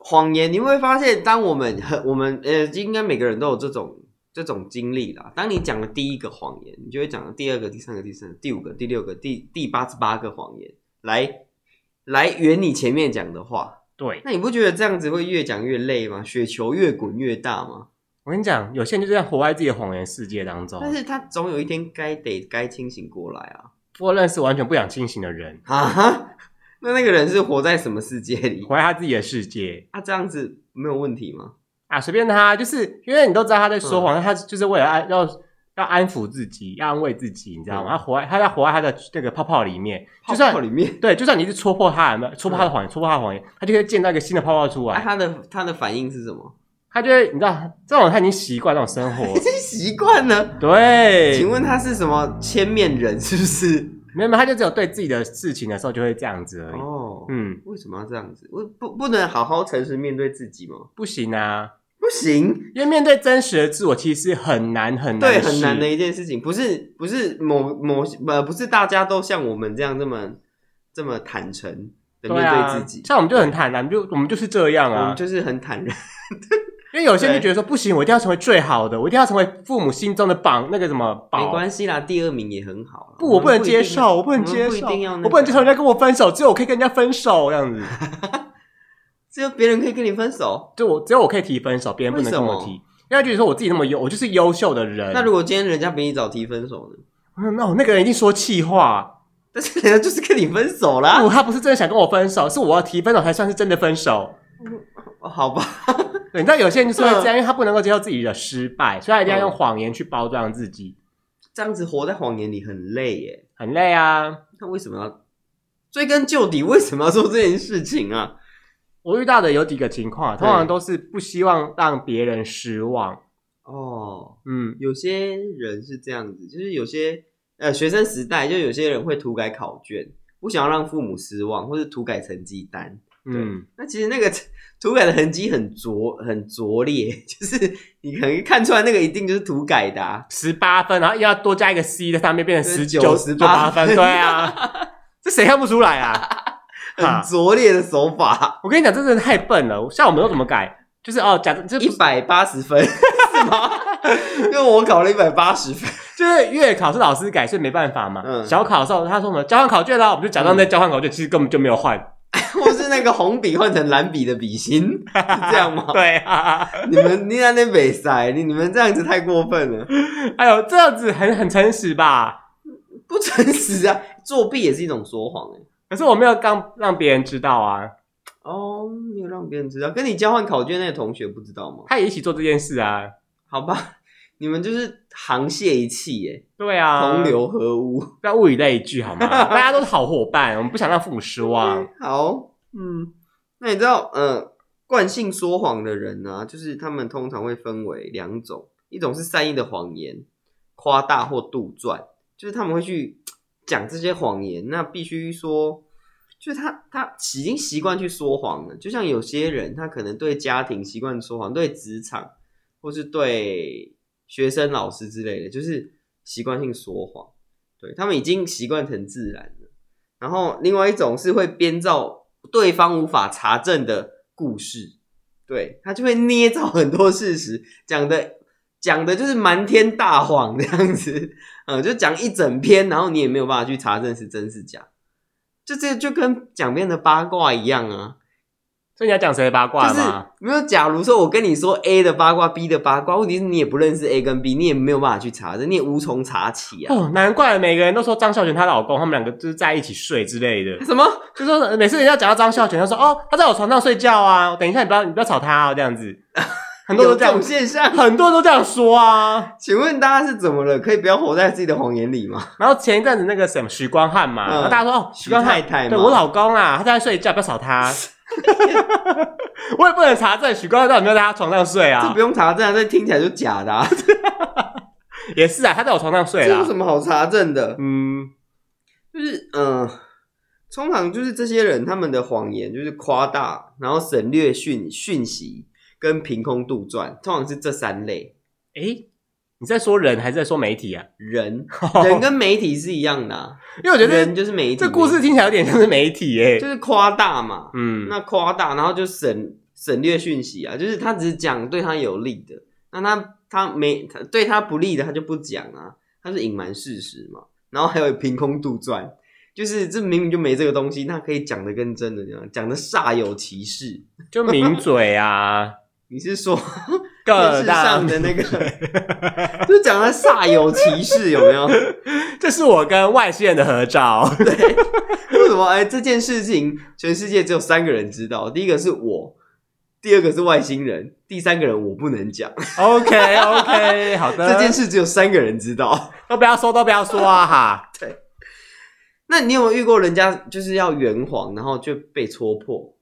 Speaker 1: 谎言。你会发现，当我们很我们呃，应该每个人都有这种这种经历啦。当你讲了第一个谎言，你就会讲了第二个、第三个、第四个、第五个、第六个、第第八十八个谎言，来来圆你前面讲的话。
Speaker 2: 对，
Speaker 1: 那你不觉得这样子会越讲越累吗？雪球越滚越大吗？
Speaker 2: 我跟你讲，有些人就这样活在自己的谎言世界当中。
Speaker 1: 但是他总有一天该得该清醒过来啊！
Speaker 2: 我认识完全不想清醒的人，
Speaker 1: 啊哈，那那个人是活在什么世界里？
Speaker 2: 活在他自己的世界。
Speaker 1: 啊，这样子没有问题吗？
Speaker 2: 啊，随便他，就是因为你都知道他在说
Speaker 1: 嗯
Speaker 2: 谎，他就是为了安要要安抚自己，要安慰自己，你知道吗？
Speaker 1: 嗯
Speaker 2: 他活在他在活在他的那个泡泡里面，
Speaker 1: 泡
Speaker 2: 就算
Speaker 1: 泡里 面，
Speaker 2: 对，就算你一直戳破他，有没有戳破他的谎言，戳破他的谎言，他就会建造一个新的泡泡出
Speaker 1: 嗯啊，
Speaker 2: 来。
Speaker 1: 他的他的反应是什么？
Speaker 2: 他就会，你知道，这种他已经习惯那种生活
Speaker 1: 已。经 习惯了。请
Speaker 2: 对，
Speaker 1: 问他是什么千面人？是不是？
Speaker 2: 没有没有，他就只有对自己的事情的时候就会这样子而已。
Speaker 1: 哦，
Speaker 2: 嗯，
Speaker 1: 为什么要这样子？我不不能好好诚实面对自己吗？
Speaker 2: 不行啊，
Speaker 1: 不行，
Speaker 2: 因为面对真实的自我，其实是很难很难
Speaker 1: 对，
Speaker 2: 事
Speaker 1: 很难的一件事情，不是不是某某呃，不是大家都像我们这样这么这么坦诚的面
Speaker 2: 对啊
Speaker 1: 对自己，
Speaker 2: 像我们就很坦然，就我们就是这样
Speaker 1: 我
Speaker 2: 啊
Speaker 1: 们，就是很坦然。
Speaker 2: 因为有些人就觉得说不行，我一定要成为最好的，我一定要成为父母心中的榜那个什么
Speaker 1: 没
Speaker 2: 宝。
Speaker 1: 关系啦，第二名也很好啦。
Speaker 2: 不，
Speaker 1: 我
Speaker 2: 我
Speaker 1: 们
Speaker 2: 不能
Speaker 1: 一定
Speaker 2: 接受，我不能
Speaker 1: 们
Speaker 2: 接
Speaker 1: 不一
Speaker 2: 受，
Speaker 1: 定要那个，
Speaker 2: 我不能接受人家跟我分手，只有我可以跟人家分手这样子，
Speaker 1: 只有别人可以跟你分手。
Speaker 2: 就我只有我可以提分手，别人不能跟
Speaker 1: 为
Speaker 2: 我
Speaker 1: 什么
Speaker 2: 提。因为他觉得说我自己那么优，我就是优秀的人。
Speaker 1: 那如果今天人家比你早提分手呢？
Speaker 2: 嗯那我那个人一定说气话，
Speaker 1: 但是人家就是跟你分手啦
Speaker 2: 不，，他不是真的想跟我分手，是我要提分手才算是真的分手。
Speaker 1: 哦好吧？
Speaker 2: 对，你知道有些人就是会这样，因为他不能够接受自己的失败，所以他一定要用谎言去包装自己，
Speaker 1: 这样子活在谎言里很累耶。
Speaker 2: 很累啊。
Speaker 1: 那为什么要追根究底？为什么要做这件事情啊？
Speaker 2: 我遇到的有几个情况啊，通常都是不希望让别人失望。
Speaker 1: 哦，
Speaker 2: 嗯，
Speaker 1: 有些人是这样子，就是有些呃学生时代，就有些人会涂改考卷，不想要让父母失望，或是涂改成绩单。
Speaker 2: 嗯，
Speaker 1: 那其实那个 涂改的痕迹很拙很拙劣， 就是你可能看出来那个一定就是涂改的、啊。
Speaker 2: 十八分，然后又要多加一个 C 在上面，变成
Speaker 1: 就是
Speaker 2: 十九、
Speaker 1: 18
Speaker 2: 八分，对啊，这谁看不出来啊？
Speaker 1: 很拙劣的手法，
Speaker 2: 我跟你讲，这真的太笨了。像我们都怎么改？就是哦，假设这
Speaker 1: 一百八十分是吗？ 因为我考了一百八十分，
Speaker 2: 就是月考是老师改，所以没办法嘛。
Speaker 1: 嗯
Speaker 2: 小考的时候他说什么交换考卷啦，我们就假装在交换考卷，其实根本就没有换。
Speaker 1: 或是那个红笔换成蓝笔的笔芯，是这样吗？
Speaker 2: 对啊，
Speaker 1: 你们你在那北塞，你你们这样子太过分了，
Speaker 2: 哎呦，这样子很很诚实吧？
Speaker 1: 不诚实啊！作弊也是一种说谎哎、
Speaker 2: 可是我没有让让别人知道啊，
Speaker 1: 哦，没有让别人知道，跟你交换考卷那个同学不知道吗？
Speaker 2: 他也一起做这件事啊。
Speaker 1: 好吧，你们就是沆瀣一气耶，
Speaker 2: 对啊，
Speaker 1: 同流合污。
Speaker 2: 不要物以类聚好吗？大家都是好伙伴，我们不想让父母失望。
Speaker 1: 好，嗯，那你知道，呃，惯性说谎的人呢、就是他们通常会分为两种，一种是善意的谎言，夸大或杜撰，就是他们会去讲这些谎言，那必须说。就是他，他已经习惯去说谎了。就像有些人，他可能对家庭习惯说谎，对职场或是对学生、老师之类的，就是习惯性说谎。对他们已经习惯成自然了。然后另外一种是会编造对方无法查证的故事，对他就会捏造很多事实，讲的讲的就是瞒天大谎这样子，嗯，就讲一整篇，然后你也没有办法去查证是真是假，就这就跟讲别人的八卦一样啊，
Speaker 2: 所以你要讲谁的八卦
Speaker 1: 就是
Speaker 2: 吗？
Speaker 1: 没有。假如说我跟你说 A 的八卦，B 的八卦，问题是你也不认识 A 跟 B，你也没有办法去查证，你也无从查起啊。
Speaker 2: 哦，难怪每个人都说张孝全她老公他们两个就是在一起睡之类的，
Speaker 1: 什么？
Speaker 2: 就说呃每次人家讲到张孝全，他说哦他在我床上睡觉啊，等一下你不要你不要吵他哦这 样子，很多
Speaker 1: 有
Speaker 2: 都这
Speaker 1: 这
Speaker 2: 样
Speaker 1: 种，现象？
Speaker 2: 很多都这样说啊。
Speaker 1: 请问大家是怎么了？可以不要活在自己的谎言里吗？
Speaker 2: 然后前一阵子那个什么许光汉嘛，
Speaker 1: 嗯
Speaker 2: 然后大家说哦许
Speaker 1: 徐
Speaker 2: 光
Speaker 1: 太
Speaker 2: 汉
Speaker 1: 太
Speaker 2: 对
Speaker 1: 嘛
Speaker 2: 我老公啊他在睡觉不要吵他， 我也不能查证许光汉到底有没有在他床上睡
Speaker 1: 这
Speaker 2: 啊
Speaker 1: 不，用查证啊，这听起来就假的、啊，
Speaker 2: 也是啊他在我床上睡
Speaker 1: 这
Speaker 2: 啦
Speaker 1: 有，什么好查证的？
Speaker 2: 嗯。
Speaker 1: 就是嗯、呃通常就是这些人他们的谎言就是夸大，然后省略讯讯息跟凭空杜撰，通常是这三类
Speaker 2: 诶，你在说人还是在说媒体啊？
Speaker 1: 人，人跟媒体是一样的啊、
Speaker 2: 因为我觉得
Speaker 1: 人
Speaker 2: 这
Speaker 1: 就是媒体，
Speaker 2: 这故事听起来有点像是媒体耶、
Speaker 1: 就是夸大嘛，
Speaker 2: 嗯，
Speaker 1: 那夸大然后就省省略讯息啊，就是他只是讲对他有利的，那他他没他对他不利的他就不讲啊，他是隐瞒事实嘛。然后还有凭空杜撰，就是这明明就没这个东西，那可以讲的跟真的一样，讲的煞有其事。
Speaker 2: 就抿嘴啊，
Speaker 1: 你是说 电
Speaker 2: 各
Speaker 1: 视
Speaker 2: 大
Speaker 1: 上的那个，就讲的煞有其事，有没有？
Speaker 2: 这是我跟外星人的合 照，
Speaker 1: 为什么？哎，这件事情全世界只有三个人知道，第一个是我，第二个是外星人，第三个人我不能讲。
Speaker 2: OK OK，好 的，
Speaker 1: 这件事只有三个人知道。
Speaker 2: 都不要说，都不要说啊哈，
Speaker 1: 那你有没有遇过人家就是要圆谎，然后就被戳破，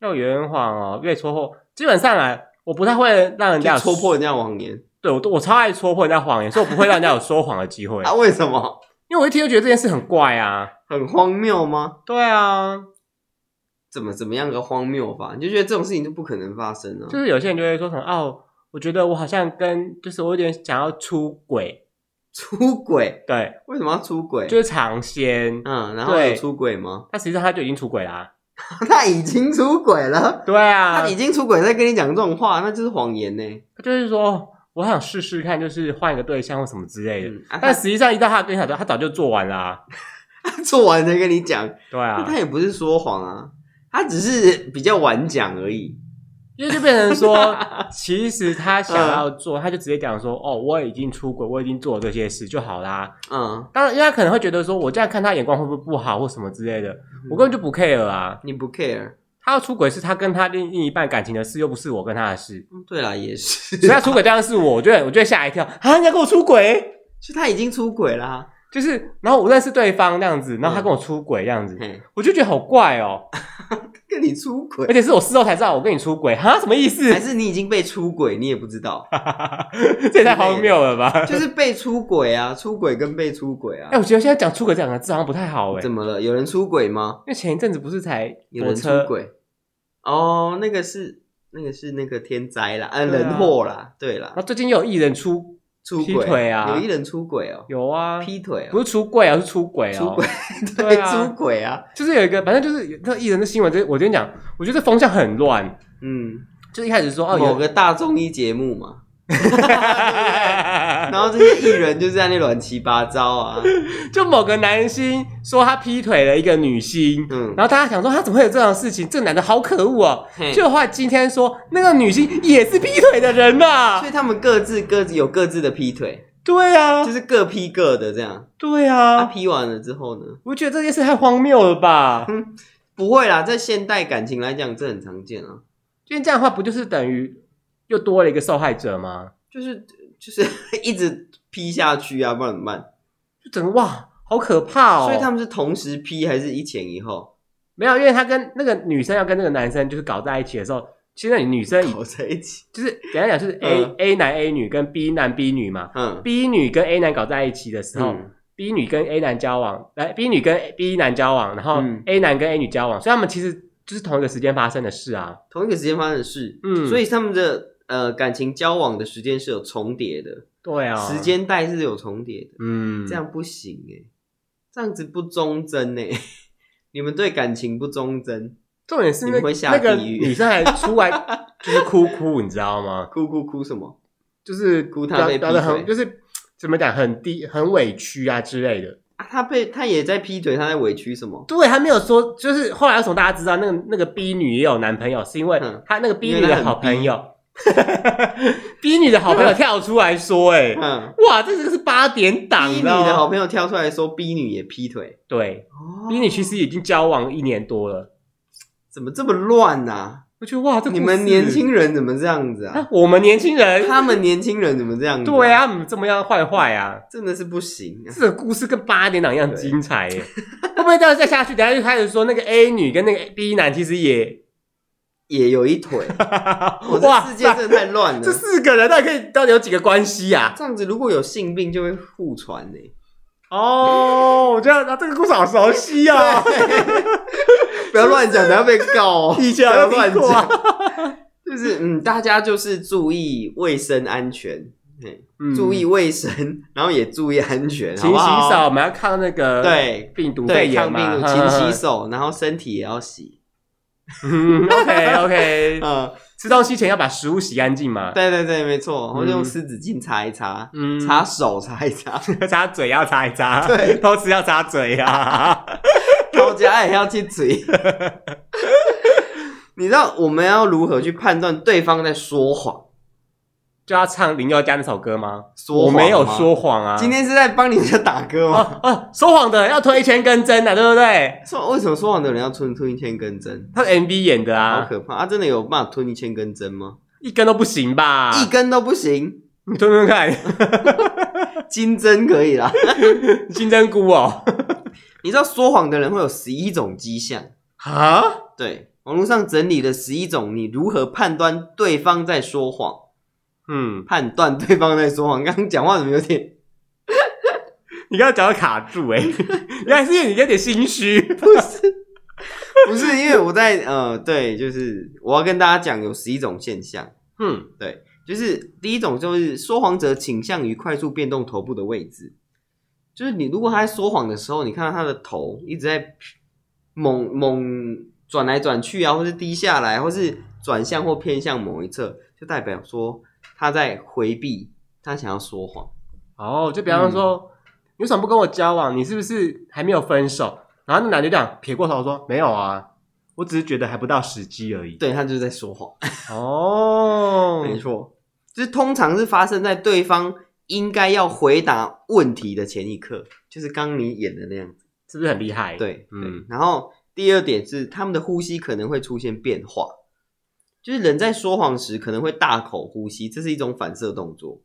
Speaker 2: 要圆谎哦，被戳破，基本上啊，我不太会让人家
Speaker 1: 就
Speaker 2: 有
Speaker 1: 戳破，人家谎言？
Speaker 2: 对我都我超爱戳破人家谎言，所以我不会让人家有说谎的 机会，
Speaker 1: 啊，为什么？
Speaker 2: 因为我一听就觉得这件事很怪啊，
Speaker 1: 很荒谬吗？
Speaker 2: 对啊，
Speaker 1: 怎么怎么样个荒谬法？你就觉得这种事情就不可能发生啊？
Speaker 2: 就是有些人就会说什么哦，我觉得我好像跟就是我有点想要出轨，
Speaker 1: 出轨？
Speaker 2: 对，
Speaker 1: 为什么要出轨？
Speaker 2: 就是尝鲜，
Speaker 1: 嗯，然后
Speaker 2: 对
Speaker 1: 有出轨吗？
Speaker 2: 但实际上他就已经出轨啦。
Speaker 1: 他已经出轨了，
Speaker 2: 对啊，
Speaker 1: 他已经出轨，再跟你讲这种话，那就是谎言呢。
Speaker 2: 他就是说哦我想试试看，就是换一个对象或什么之类的。
Speaker 1: 嗯，啊他
Speaker 2: 但实际上一到他的对象，他早就做完啦、
Speaker 1: 他做完再跟你讲，
Speaker 2: 对
Speaker 1: 那
Speaker 2: 啊
Speaker 1: 他，也不是说谎啊，他只是比较晚讲而已。
Speaker 2: 因为就变成 说，其实他想要做，他就直接讲说，哦，我已经出轨，我已经做了这些事就好啦。
Speaker 1: 嗯，
Speaker 2: 当然，因为他可能会觉得说，我这样看他眼光会不会不好或什么之类的，我根本就不 care 啊。
Speaker 1: 你不 care。
Speaker 2: 他要出轨是他跟他另一半感情的事，又不是我跟他的事。
Speaker 1: 嗯，对啦，也是，
Speaker 2: 所以他出轨当然是我，我觉得我就会吓一跳啊！人家跟我出轨，
Speaker 1: 就他已经出轨啦。
Speaker 2: 就是然后我认识对方这样子，然后他跟我出轨这样子，
Speaker 1: 嘿，
Speaker 2: 我就觉得好怪哦。
Speaker 1: 跟你出
Speaker 2: 而
Speaker 1: 轨，
Speaker 2: 且是我事后才知道我跟你出轨，哈，什么意思
Speaker 1: 还？是你已经被出轨，你也不知道，
Speaker 2: 这也太荒谬了吧！
Speaker 1: 就是被出轨啊，出轨跟被出轨啊
Speaker 2: 哎、。我觉得现在讲出轨这两个字好像不太好哎、
Speaker 1: 怎么了？有人出轨吗？
Speaker 2: 因为前一阵子不是才
Speaker 1: 有
Speaker 2: 火
Speaker 1: 人出
Speaker 2: 车，
Speaker 1: 轨？哦，那个是那个是那个天灾啦，嗯、
Speaker 2: 对啊
Speaker 1: 人祸啦，对啦
Speaker 2: 然后，最近又有艺人出
Speaker 1: 出
Speaker 2: 劈
Speaker 1: 轨
Speaker 2: 腿啊
Speaker 1: 有一人出轨哦，
Speaker 2: 有啊，
Speaker 1: 劈腿
Speaker 2: 不
Speaker 1: 哦，
Speaker 2: 是出轨啊，是出轨哦、
Speaker 1: 出轨，
Speaker 2: 对啊
Speaker 1: 出轨啊，
Speaker 2: 就是有一个，反正就是有那个艺人的新闻，这我今天讲，我觉得这风向很乱。
Speaker 1: 嗯，
Speaker 2: 就是一开始说哦，有
Speaker 1: 某个大综艺节目嘛，然后这些艺人就在那乱七八糟啊，
Speaker 2: 就某个男星说他劈腿了一个女星，
Speaker 1: 嗯，
Speaker 2: 然后大家想说他怎么会有这种事情？这男的好可恶哦、
Speaker 1: 嘿
Speaker 2: 就后来今天说那个女星也是劈腿的人呐、
Speaker 1: 所以他们各自各自有各自的劈腿，
Speaker 2: 对啊
Speaker 1: 就，是各劈各的这样。
Speaker 2: 对
Speaker 1: 他
Speaker 2: 啊，
Speaker 1: 劈完了之后呢？
Speaker 2: 我觉得这件事太荒谬了吧？
Speaker 1: 不会啦，在现代感情来讲，这很常见啊，
Speaker 2: 因为这样的话，不就是等于又多了一个受害者吗？
Speaker 1: 就是就是 一直劈下去啊，不然怎么办？
Speaker 2: 就整个哇，好可怕哦！
Speaker 1: 所以他们是同时劈还是一前一后
Speaker 2: 没有，因为他跟那个女生要跟那个男生就是搞在一起的时候，其实那女生已
Speaker 1: 搞哦在一起？
Speaker 2: 就是简单讲就是 A、
Speaker 1: 嗯
Speaker 2: A 男 A 女跟 B 男 B 女嘛
Speaker 1: 嗯，
Speaker 2: ，B 女跟 A 男搞在一起的时候、
Speaker 1: 嗯
Speaker 2: b 女跟 A 男交往，来 B 女跟 B 男交往，然后
Speaker 1: 嗯
Speaker 2: A 男跟 A 女交往，所以他们其实就是同一个时间发生的事啊。
Speaker 1: 同一个时间发生的事，
Speaker 2: 嗯
Speaker 1: 所以他们的呃感情交往的时间是有重叠的，
Speaker 2: 对啊，
Speaker 1: 时，间带是有重叠的，
Speaker 2: 嗯，
Speaker 1: 这样不行哎、这样子不忠贞哎、 你们对感情不忠贞，
Speaker 2: 重点是
Speaker 1: 你
Speaker 2: 那
Speaker 1: 们会下
Speaker 2: 那个
Speaker 1: 地狱
Speaker 2: 女生还出来就是哭哭，你知道吗？
Speaker 1: 哭哭哭什么？
Speaker 2: 就是
Speaker 1: 哭她
Speaker 2: 聊
Speaker 1: 被
Speaker 2: 聊的
Speaker 1: 劈腿
Speaker 2: 很，就是怎么讲，很低，很委屈啊之类的。
Speaker 1: 啊，他被他也在劈腿，他在委屈什么？
Speaker 2: 对，他没有说，就是后来为什么大家知道那个那个 B 女也有男朋友，是因为
Speaker 1: 嗯
Speaker 2: 她那个 B
Speaker 1: 因为
Speaker 2: 女
Speaker 1: 她
Speaker 2: 的
Speaker 1: 很
Speaker 2: 好朋友 ，B 女的好朋友跳出来说、哎，
Speaker 1: 嗯，
Speaker 2: 哇，这个是八点档，
Speaker 1: 逼
Speaker 2: 你
Speaker 1: 你
Speaker 2: 知道
Speaker 1: 的好
Speaker 2: 吗？
Speaker 1: 朋友跳出来说逼女也劈腿，
Speaker 2: 对
Speaker 1: 哦
Speaker 2: ，B 女其实已经交往一年多了，
Speaker 1: 怎么这么乱呐、
Speaker 2: 我觉得哇，这
Speaker 1: 你
Speaker 2: 故
Speaker 1: 们
Speaker 2: 事
Speaker 1: 年轻人怎么这样子啊？
Speaker 2: 啊，我们年轻人，
Speaker 1: 他们年轻人怎么这样子、
Speaker 2: 对，啊，我们这么样坏坏啊，
Speaker 1: 真的是不行、啊。
Speaker 2: 这个故事跟八点档一样精彩耶，会不会到再下去，等下就开始说那个 A 女跟那个 B 男其实也，
Speaker 1: 也有一 腿，我这
Speaker 2: 哇
Speaker 1: 世界真的太乱了。
Speaker 2: 这四个人到底可以到底有几个关系呀、啊？
Speaker 1: 这样子，如果有性病就会互传欸呢、
Speaker 2: 哦，我觉得啊，这个故事好熟悉啊，。
Speaker 1: 不要乱讲，等下被告哦
Speaker 2: 以前
Speaker 1: 不
Speaker 2: 好
Speaker 1: 要
Speaker 2: 像
Speaker 1: 乱
Speaker 2: 听过啊
Speaker 1: 讲，就是嗯，大家就是注意卫生安全，嘿注意卫生，然后也注意安全，嗯好
Speaker 2: 嗯勤
Speaker 1: 不
Speaker 2: 洗
Speaker 1: 好？
Speaker 2: 手，我们要抗那个
Speaker 1: 对
Speaker 2: 病毒肺
Speaker 1: 对，
Speaker 2: 炎
Speaker 1: 抗
Speaker 2: 嘛，
Speaker 1: 病毒，勤洗手，然后身体也要洗。
Speaker 2: 手。OK OK，
Speaker 1: 嗯，
Speaker 2: 嗯吃东西前要把食物洗干净嘛。
Speaker 1: 对对对，没错，或者用
Speaker 2: 嗯
Speaker 1: 湿纸巾擦一擦，
Speaker 2: 嗯
Speaker 1: 擦手擦一擦，
Speaker 2: 擦嘴要擦一擦，
Speaker 1: 对
Speaker 2: 偷吃要擦嘴啊。
Speaker 1: 高家也要去 嘴。你知道我们要如何去判断对方在说谎？
Speaker 2: 就要唱林宥嘉那首歌吗？
Speaker 1: 说谎
Speaker 2: 我
Speaker 1: 吗
Speaker 2: 没有说谎啊。
Speaker 1: 今天是在帮你家打歌吗？
Speaker 2: 哦哦，说谎的要推一圈跟针的，啊对不对？
Speaker 1: 说为什么说谎的人要吞吞一千根针？
Speaker 2: 他的 MV 演的
Speaker 1: 好
Speaker 2: 啊，
Speaker 1: 可怕！啊，真的有办法吞一千根针吗？
Speaker 2: 一根都不行吧？
Speaker 1: 一根都不行，
Speaker 2: 你吞吞看，
Speaker 1: 金针可以啦。
Speaker 2: 金针菇哦。
Speaker 1: 你知道说谎的人会有十一种迹象？
Speaker 2: 啊？
Speaker 1: 对，网络上整理了十一种，你如何判断对方在说谎？
Speaker 2: 嗯，
Speaker 1: 判断对方在说谎， 刚刚讲话怎么有点
Speaker 2: 你刚刚讲到卡住哎、欸， 原来是因为你有点心虚。
Speaker 1: 不是？不是因为我在呃，对，就是我要跟大家讲有十一种现象。
Speaker 2: 嗯，
Speaker 1: 对，就是第一种就是说谎者倾向于快速变动头部的位置，就是你如果他在说谎的时候，你看到他的头一直在猛猛转来转去啊，或是低下来，或是转向或偏向某一侧，就代表说他在回避，他想要说谎。
Speaker 2: 哦，就比方说，你为什么不跟我交往？你是不是还没有分手？然后那男的就这样撇过头说：“没有啊，我只是觉得还不到时机而已。
Speaker 1: 对他就是在说谎，”
Speaker 2: 哦，
Speaker 1: 没错，就是通常是发生在对方应该要回答问题的前一刻，就是刚刚你演的那样。
Speaker 2: 是不是很厉害？，
Speaker 1: 对，嗯
Speaker 2: 嗯。
Speaker 1: 然后第二点是，他们的呼吸可能会出现变化，就是人在说谎时可能会大口呼吸，这是一种反射动作。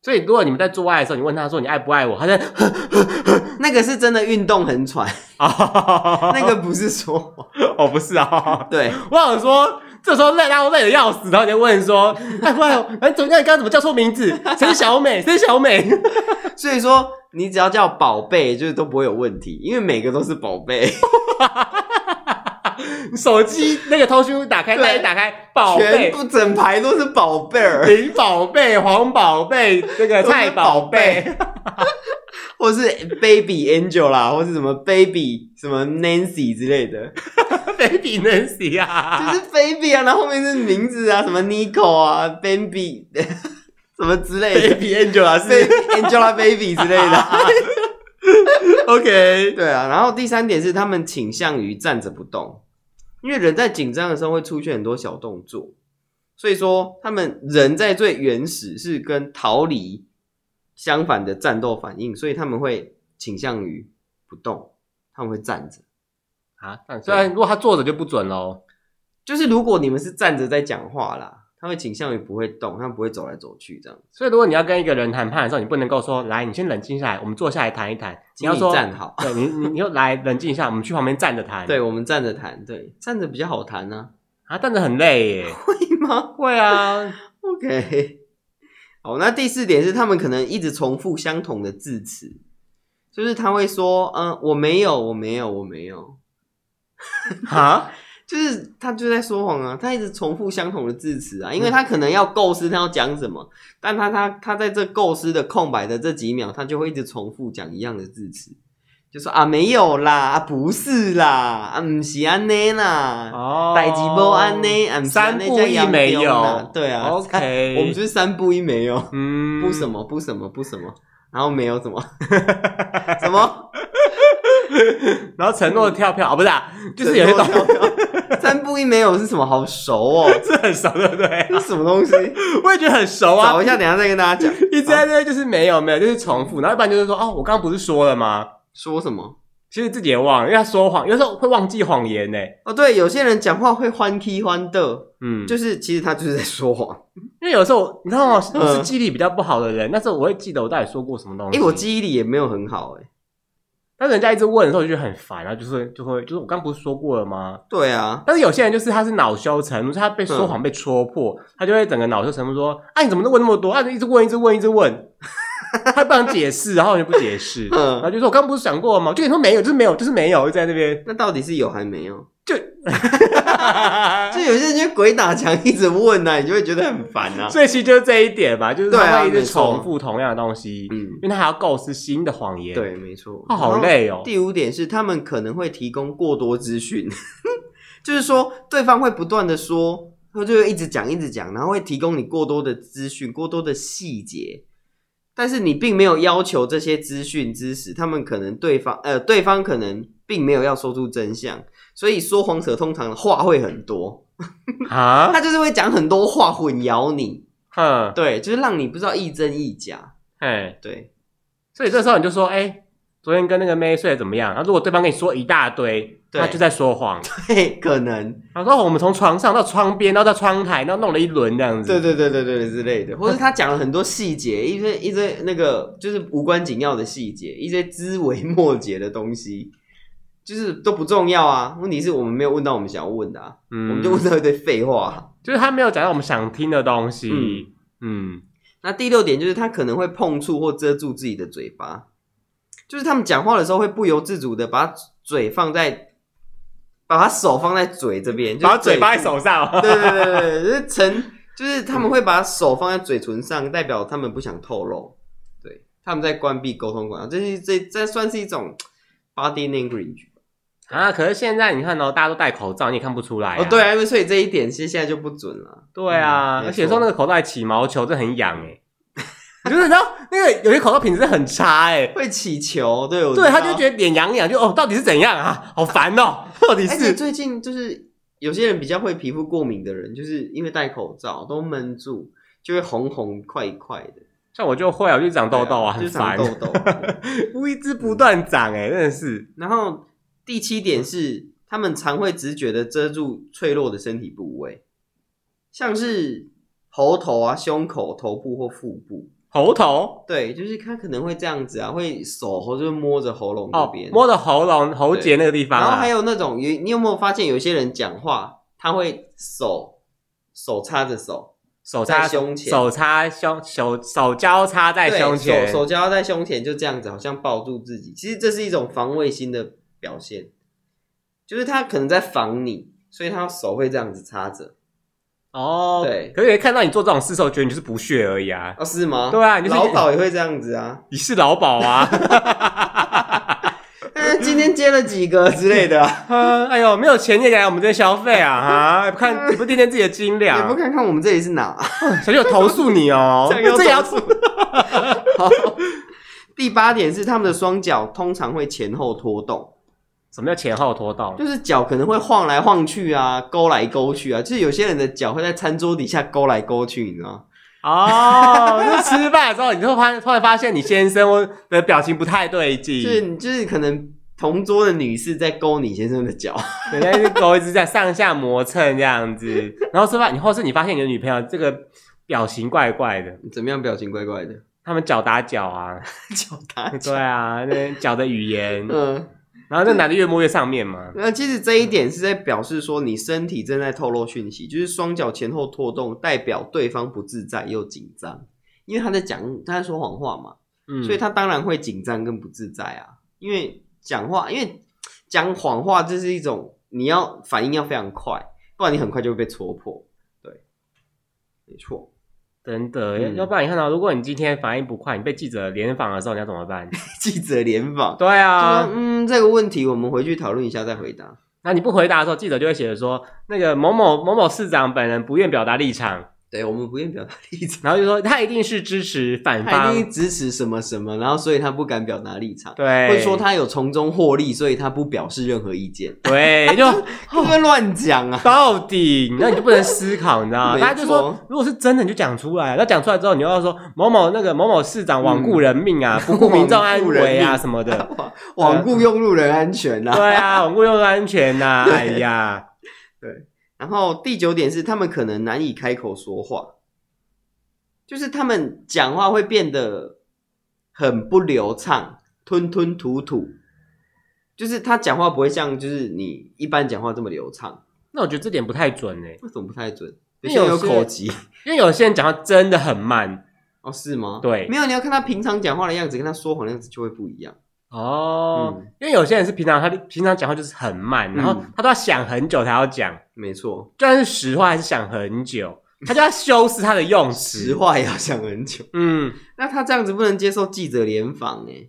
Speaker 2: 所以如果你们在做爱的时候，你问他说：“你爱不爱我？”他在
Speaker 1: 那个是真的运动很喘，
Speaker 2: 哦，
Speaker 1: 那个不是说谎。
Speaker 2: 哦不是啊，
Speaker 1: 对，
Speaker 2: 我想说。这时候累，大家都累得要死，然后你就问 说：“爱不爱我？哎，怎么样？你刚刚怎么叫错名字？谁是 小美？谁是小美？”
Speaker 1: 所以说你只要叫宝贝，就是都不会有问题，因为每个都是宝贝，
Speaker 2: 手机那个通讯录打开，
Speaker 1: 对
Speaker 2: 再一打开，宝
Speaker 1: 全
Speaker 2: 贝、
Speaker 1: 部整排都是宝贝儿，
Speaker 2: 林宝贝、黄宝贝、这个
Speaker 1: 都是
Speaker 2: 蔡宝贝，
Speaker 1: 或是 baby Angel 啦，或是什么 baby 什么 Nancy 之类的，
Speaker 2: baby Nancy 啊，
Speaker 1: 就是 baby 啊，然后后面是名字啊，什么 Nico 啊，Bambi，什么之类的
Speaker 2: baby Angela
Speaker 1: 对
Speaker 2: 是
Speaker 1: Angelababy 之类的。
Speaker 2: OK，
Speaker 1: 对啊，然后第三点是他们倾向于站着不动，因为人在紧张的时候会出现很多小动作，所以说他们人在最原始是跟逃离相反的战斗反应，所以他们会倾向于不动，他们会站着。
Speaker 2: 啊，但虽然如果他坐着就不准喽。
Speaker 1: 就是如果你们是站着在讲话啦，他会倾向于不会动，他们不会走来走去这样。
Speaker 2: 所以如果你要跟一个人谈判的时候，你不能够说来，你先冷静下来，我们坐下来谈一谈。你要
Speaker 1: 请
Speaker 2: 说，
Speaker 1: 站好，
Speaker 2: 对你你你就来冷静一下，我们去旁边站着谈。
Speaker 1: 对我们站着谈，对站着比较好谈呢、
Speaker 2: 啊，站着很累耶。
Speaker 1: 会吗
Speaker 2: 会啊，
Speaker 1: ？OK，好，那第四点是他们可能一直重复相同的字词，就是他会说，嗯，我没有，我没有，我没有，
Speaker 2: 哈，
Speaker 1: 就是他就在说谎啊，他一直重复相同的字词啊，因为他可能要构思他要讲什么，但他他他在这构思的空白的这几秒，他就会一直重复讲一样的字词，就说啊没有啦，啊不是啦，啊唔是安内啦，
Speaker 2: 哦，
Speaker 1: 百吉波安内，啊不是
Speaker 2: 三
Speaker 1: 安内
Speaker 2: 步一没
Speaker 1: 这样啦
Speaker 2: 有，
Speaker 1: 对啊
Speaker 2: ，OK，
Speaker 1: 我们就是三不一没有，
Speaker 2: 嗯，
Speaker 1: 不什么不什么不什么，然后没有什么什么，
Speaker 2: 然后承诺跳票啊，不是啊， 就是有些东西
Speaker 1: 全部跳票三不一没有是什么？好熟哦，
Speaker 2: 是很熟，对不 对？
Speaker 1: 这是什么东西？
Speaker 2: 我也觉得很熟啊
Speaker 1: 找，一下，等一下再跟大家讲。
Speaker 2: 一直在那就是没有没有，就是重复，然后一般就是说哦，我刚刚不是说了吗？
Speaker 1: 说什么？
Speaker 2: 其实自己也忘了，因为他说谎，有时候会忘记谎言呢。
Speaker 1: 哦，对，有些人讲话会欢 k 欢的，
Speaker 2: 嗯，就
Speaker 1: 就是其实他就是在说谎。
Speaker 2: 因为有时候你知道吗？
Speaker 1: 嗯
Speaker 2: 我是记忆力比较不好的人，那时候我会记得我到底说过什么东西。
Speaker 1: 哎，我，记忆力也没有很好，哎，
Speaker 2: 但是人家一直问的时候，我就觉得很烦啊，就是就会就是我刚不是说过了吗？
Speaker 1: 对啊，
Speaker 2: 但是有些人就是他是恼羞成怒，就是他
Speaker 1: 嗯
Speaker 2: 被说谎被戳破，他就会整个恼羞成怒说：“啊，你怎么都问那么多？啊，你一直问，一直问，一直问。”他不想解释，然后就不解释，
Speaker 1: 嗯
Speaker 2: 然后就说：“我刚不是讲过了吗？”我就跟你说没有，就是没有，就是没有，就在那边。
Speaker 1: 那到底是有还没有？就
Speaker 2: 就
Speaker 1: 有些人就鬼打墙一直问啊呐、你就会觉得很烦呐、啊。
Speaker 2: 所以其实就是这一点吧，就是
Speaker 1: 对
Speaker 2: 他
Speaker 1: 啊
Speaker 2: 会一直
Speaker 1: 没错
Speaker 2: 重复同样的东西，
Speaker 1: 嗯，
Speaker 2: 因为他还要构思新的谎言。，
Speaker 1: 对，没错。
Speaker 2: 他好累哦。
Speaker 1: 第五点是，他们可能会提供过多资讯， 就是说对方会不断的说，他就会一直讲一直讲，然后会提供你过多的资讯、过多的细节，但是你并没有要求这些资讯知识，他们可能对方呃对方可能并没有要说出真相，所以说谎者通常的话会很多，
Speaker 2: 啊，
Speaker 1: 他就是会讲很多话混淆你，
Speaker 2: 哼，
Speaker 1: 对，就是让你不知道亦真亦假，
Speaker 2: 哎，
Speaker 1: 对。
Speaker 2: 所以这时候你就说：“哎，昨天跟那个妹睡得怎么样？”然后如果对方跟你说一大堆，
Speaker 1: 对
Speaker 2: 他就在说谎。
Speaker 1: 嘿，可能
Speaker 2: 他说哦我们从床上到窗边，然后到窗台，然后弄了一轮这样子。
Speaker 1: 对对对对对之类的，或者他讲了很多细节，一些一些那个就是无关紧要的细节，一些枝微末节的东西，就是都不重要啊。问题是我们没有问到我们想要问的、啊，
Speaker 2: 嗯，
Speaker 1: 我们就问到一堆废话啊、
Speaker 2: 就是他没有讲到我们想听的东西。
Speaker 1: 嗯
Speaker 2: 嗯
Speaker 1: 那第六点就是他可能会碰触或遮住自己的嘴巴，就是他们讲话的时候会不由自主的把嘴放在，把他手放在嘴这边，就是
Speaker 2: 把嘴巴在手上。
Speaker 1: 对对对对，对，就是成，就是他们会把手放在嘴唇上，代表他们不想透露，对，他们在关闭沟通管道，这是这这算是一种 body language 吧
Speaker 2: 啊，可是现在你看哦，大家都戴口罩，你也看不出来、
Speaker 1: 哦，对，啊，因为所以这一点其实现在就不准了，
Speaker 2: 对啊，
Speaker 1: 嗯没错
Speaker 2: 而且说那个口罩还起毛球，这很痒 哎。你就是你知道那个有些口罩品质很差哎。
Speaker 1: 会起球，对，我
Speaker 2: 对，啊
Speaker 1: 知道
Speaker 2: 他就觉得脸痒痒，就哦，到底是怎样啊？好烦 哦，到底
Speaker 1: 而且
Speaker 2: 是
Speaker 1: 哎最近就是有些人比较会皮肤过敏的人，就是因为戴口罩都闷住，就会红红块一块的，
Speaker 2: 像我就会啊，我就长痘痘啊，
Speaker 1: 对
Speaker 2: 很
Speaker 1: 就长
Speaker 2: 烦，
Speaker 1: 痘痘。对
Speaker 2: 我一直不断长哎，真的是
Speaker 1: 然后第七点是，他们常会直觉的遮住脆弱的身体部位，像是喉头啊、胸口、头部或腹部。
Speaker 2: 喉头。
Speaker 1: 对，就是他可能会这样子啊，会手或者摸着喉咙这
Speaker 2: 哦
Speaker 1: 边，，
Speaker 2: 摸到喉咙喉结那个地方、啊，
Speaker 1: 然后还有那种有你有没有发现，有些人讲话他会手手插着手，
Speaker 2: 手插
Speaker 1: 在胸前
Speaker 2: 手插胸手手交叉在
Speaker 1: 对
Speaker 2: 胸前，
Speaker 1: 手手交在胸前，就这样子，好像抱住自己。其实这是一种防卫心的表现，就是他可能在防你，所以他手会这样子插着。
Speaker 2: 哦，
Speaker 1: 对
Speaker 2: 可是看到你做这种事的时候，觉得你就是不屑而 已啊，
Speaker 1: 哦，是吗？
Speaker 2: 对啊你就是
Speaker 1: 老鸨也会这样子啊。
Speaker 2: 你是劳保啊，
Speaker 1: 但是基哎今天接了几个之类的啊、
Speaker 2: 啊，哎呦，没有钱你也来我们这边消费啊！哈，也不看也不掂掂自己的斤
Speaker 1: 也不
Speaker 2: 两，
Speaker 1: 看看我们这里是哪。。
Speaker 2: 小心我投诉你哦
Speaker 1: 这个
Speaker 2: 这也
Speaker 1: 要
Speaker 2: 要
Speaker 1: 投好，第八点是他们的双脚通常会前后拖动，
Speaker 2: 什么叫前后拖到？
Speaker 1: 就是脚可能会晃来晃去啊，勾来勾去啊，就是有些人的脚会在餐桌底下勾来勾去，你知道吗？
Speaker 2: 哦，就是吃饭之后，你就会发突然发现你先生我的表情不太对劲，
Speaker 1: 就是你就是可能同桌的女士在勾你先生的脚，
Speaker 2: 人家一只狗一直在上下磨蹭这样子，然后吃饭以后是你发现你的女朋友这个表情怪怪的，
Speaker 1: 怎么样？表情怪怪的，
Speaker 2: 他们脚打脚啊，
Speaker 1: 脚打 脚
Speaker 2: 对。啊，那脚的语言，
Speaker 1: 嗯，
Speaker 2: 然后那男的越摸越上面嘛，
Speaker 1: 那其实这一点是在表示说你身体正在透露讯息，就是双脚前后拖动，代表对方不自在又紧张，因为他在讲他在说谎话嘛。
Speaker 2: 嗯，
Speaker 1: 所以他当然会紧张跟不自在啊，因为讲话，因为讲谎话这是一种你要反应要非常快，不然你很快就会被戳破。对，没错，
Speaker 2: 真的，
Speaker 1: 嗯
Speaker 2: 要不然你看到，如果你今天反应不快，你被记者联访的时候，你要怎么 办？
Speaker 1: 记者联访。
Speaker 2: 对
Speaker 1: 啊，
Speaker 2: 啊，
Speaker 1: 嗯，这个问题我们回去讨论一下再回答。
Speaker 2: 那你不回答的时候，记者就会写着说，那个某某某某市长本人不愿表达立场，
Speaker 1: 对，我们不愿表达立 场，
Speaker 2: 然后就说他一定是支持反
Speaker 1: 他一定
Speaker 2: 方，
Speaker 1: 支持什么什么，然后所以他不敢表达立场，
Speaker 2: 对，
Speaker 1: 或者说他有从中获利，所以他不表示任何意见，
Speaker 2: 对，就
Speaker 1: 会不会乱讲 啊？
Speaker 2: 到底，那你就不能思考，你知道吗？
Speaker 1: 没错
Speaker 2: 大家就说，如果是真的，你就讲出来。那讲出来之后，你又要说某某那个某某市长罔顾人命
Speaker 1: 嗯
Speaker 2: 啊，不顾民众安 危啊什么的。
Speaker 1: 罔顾用路人安全啊。
Speaker 2: 对啊，罔顾用路安全呐、
Speaker 1: 对
Speaker 2: 哎 呀，
Speaker 1: 然后第九点是，他们可能难以开口说话，就是他们讲话会变得很不流畅，吞吞吐吐，就是他讲话不会像就是你一般讲话这么流畅，
Speaker 2: 那我觉得这点不太准哎、
Speaker 1: 为什么不太准？有
Speaker 2: 因
Speaker 1: 些
Speaker 2: 为
Speaker 1: 人
Speaker 2: 有
Speaker 1: 有
Speaker 2: 些
Speaker 1: 口疾
Speaker 2: 因为有些人讲话真的很慢
Speaker 1: 哦，是吗？
Speaker 2: 对
Speaker 1: 没有，你要看他平常讲话的样子，跟他说谎的样子就会不一样。
Speaker 2: 哦、
Speaker 1: 嗯
Speaker 2: 因为有些人是平常他平常讲话就是很慢，然后
Speaker 1: 嗯
Speaker 2: 他都要想很久才要讲，
Speaker 1: 没错，
Speaker 2: 就算是实话还是想很久，他就要修饰他的用词。
Speaker 1: 实话也要想很久。
Speaker 2: 嗯，
Speaker 1: 那他这样子不能接受记者联访哎。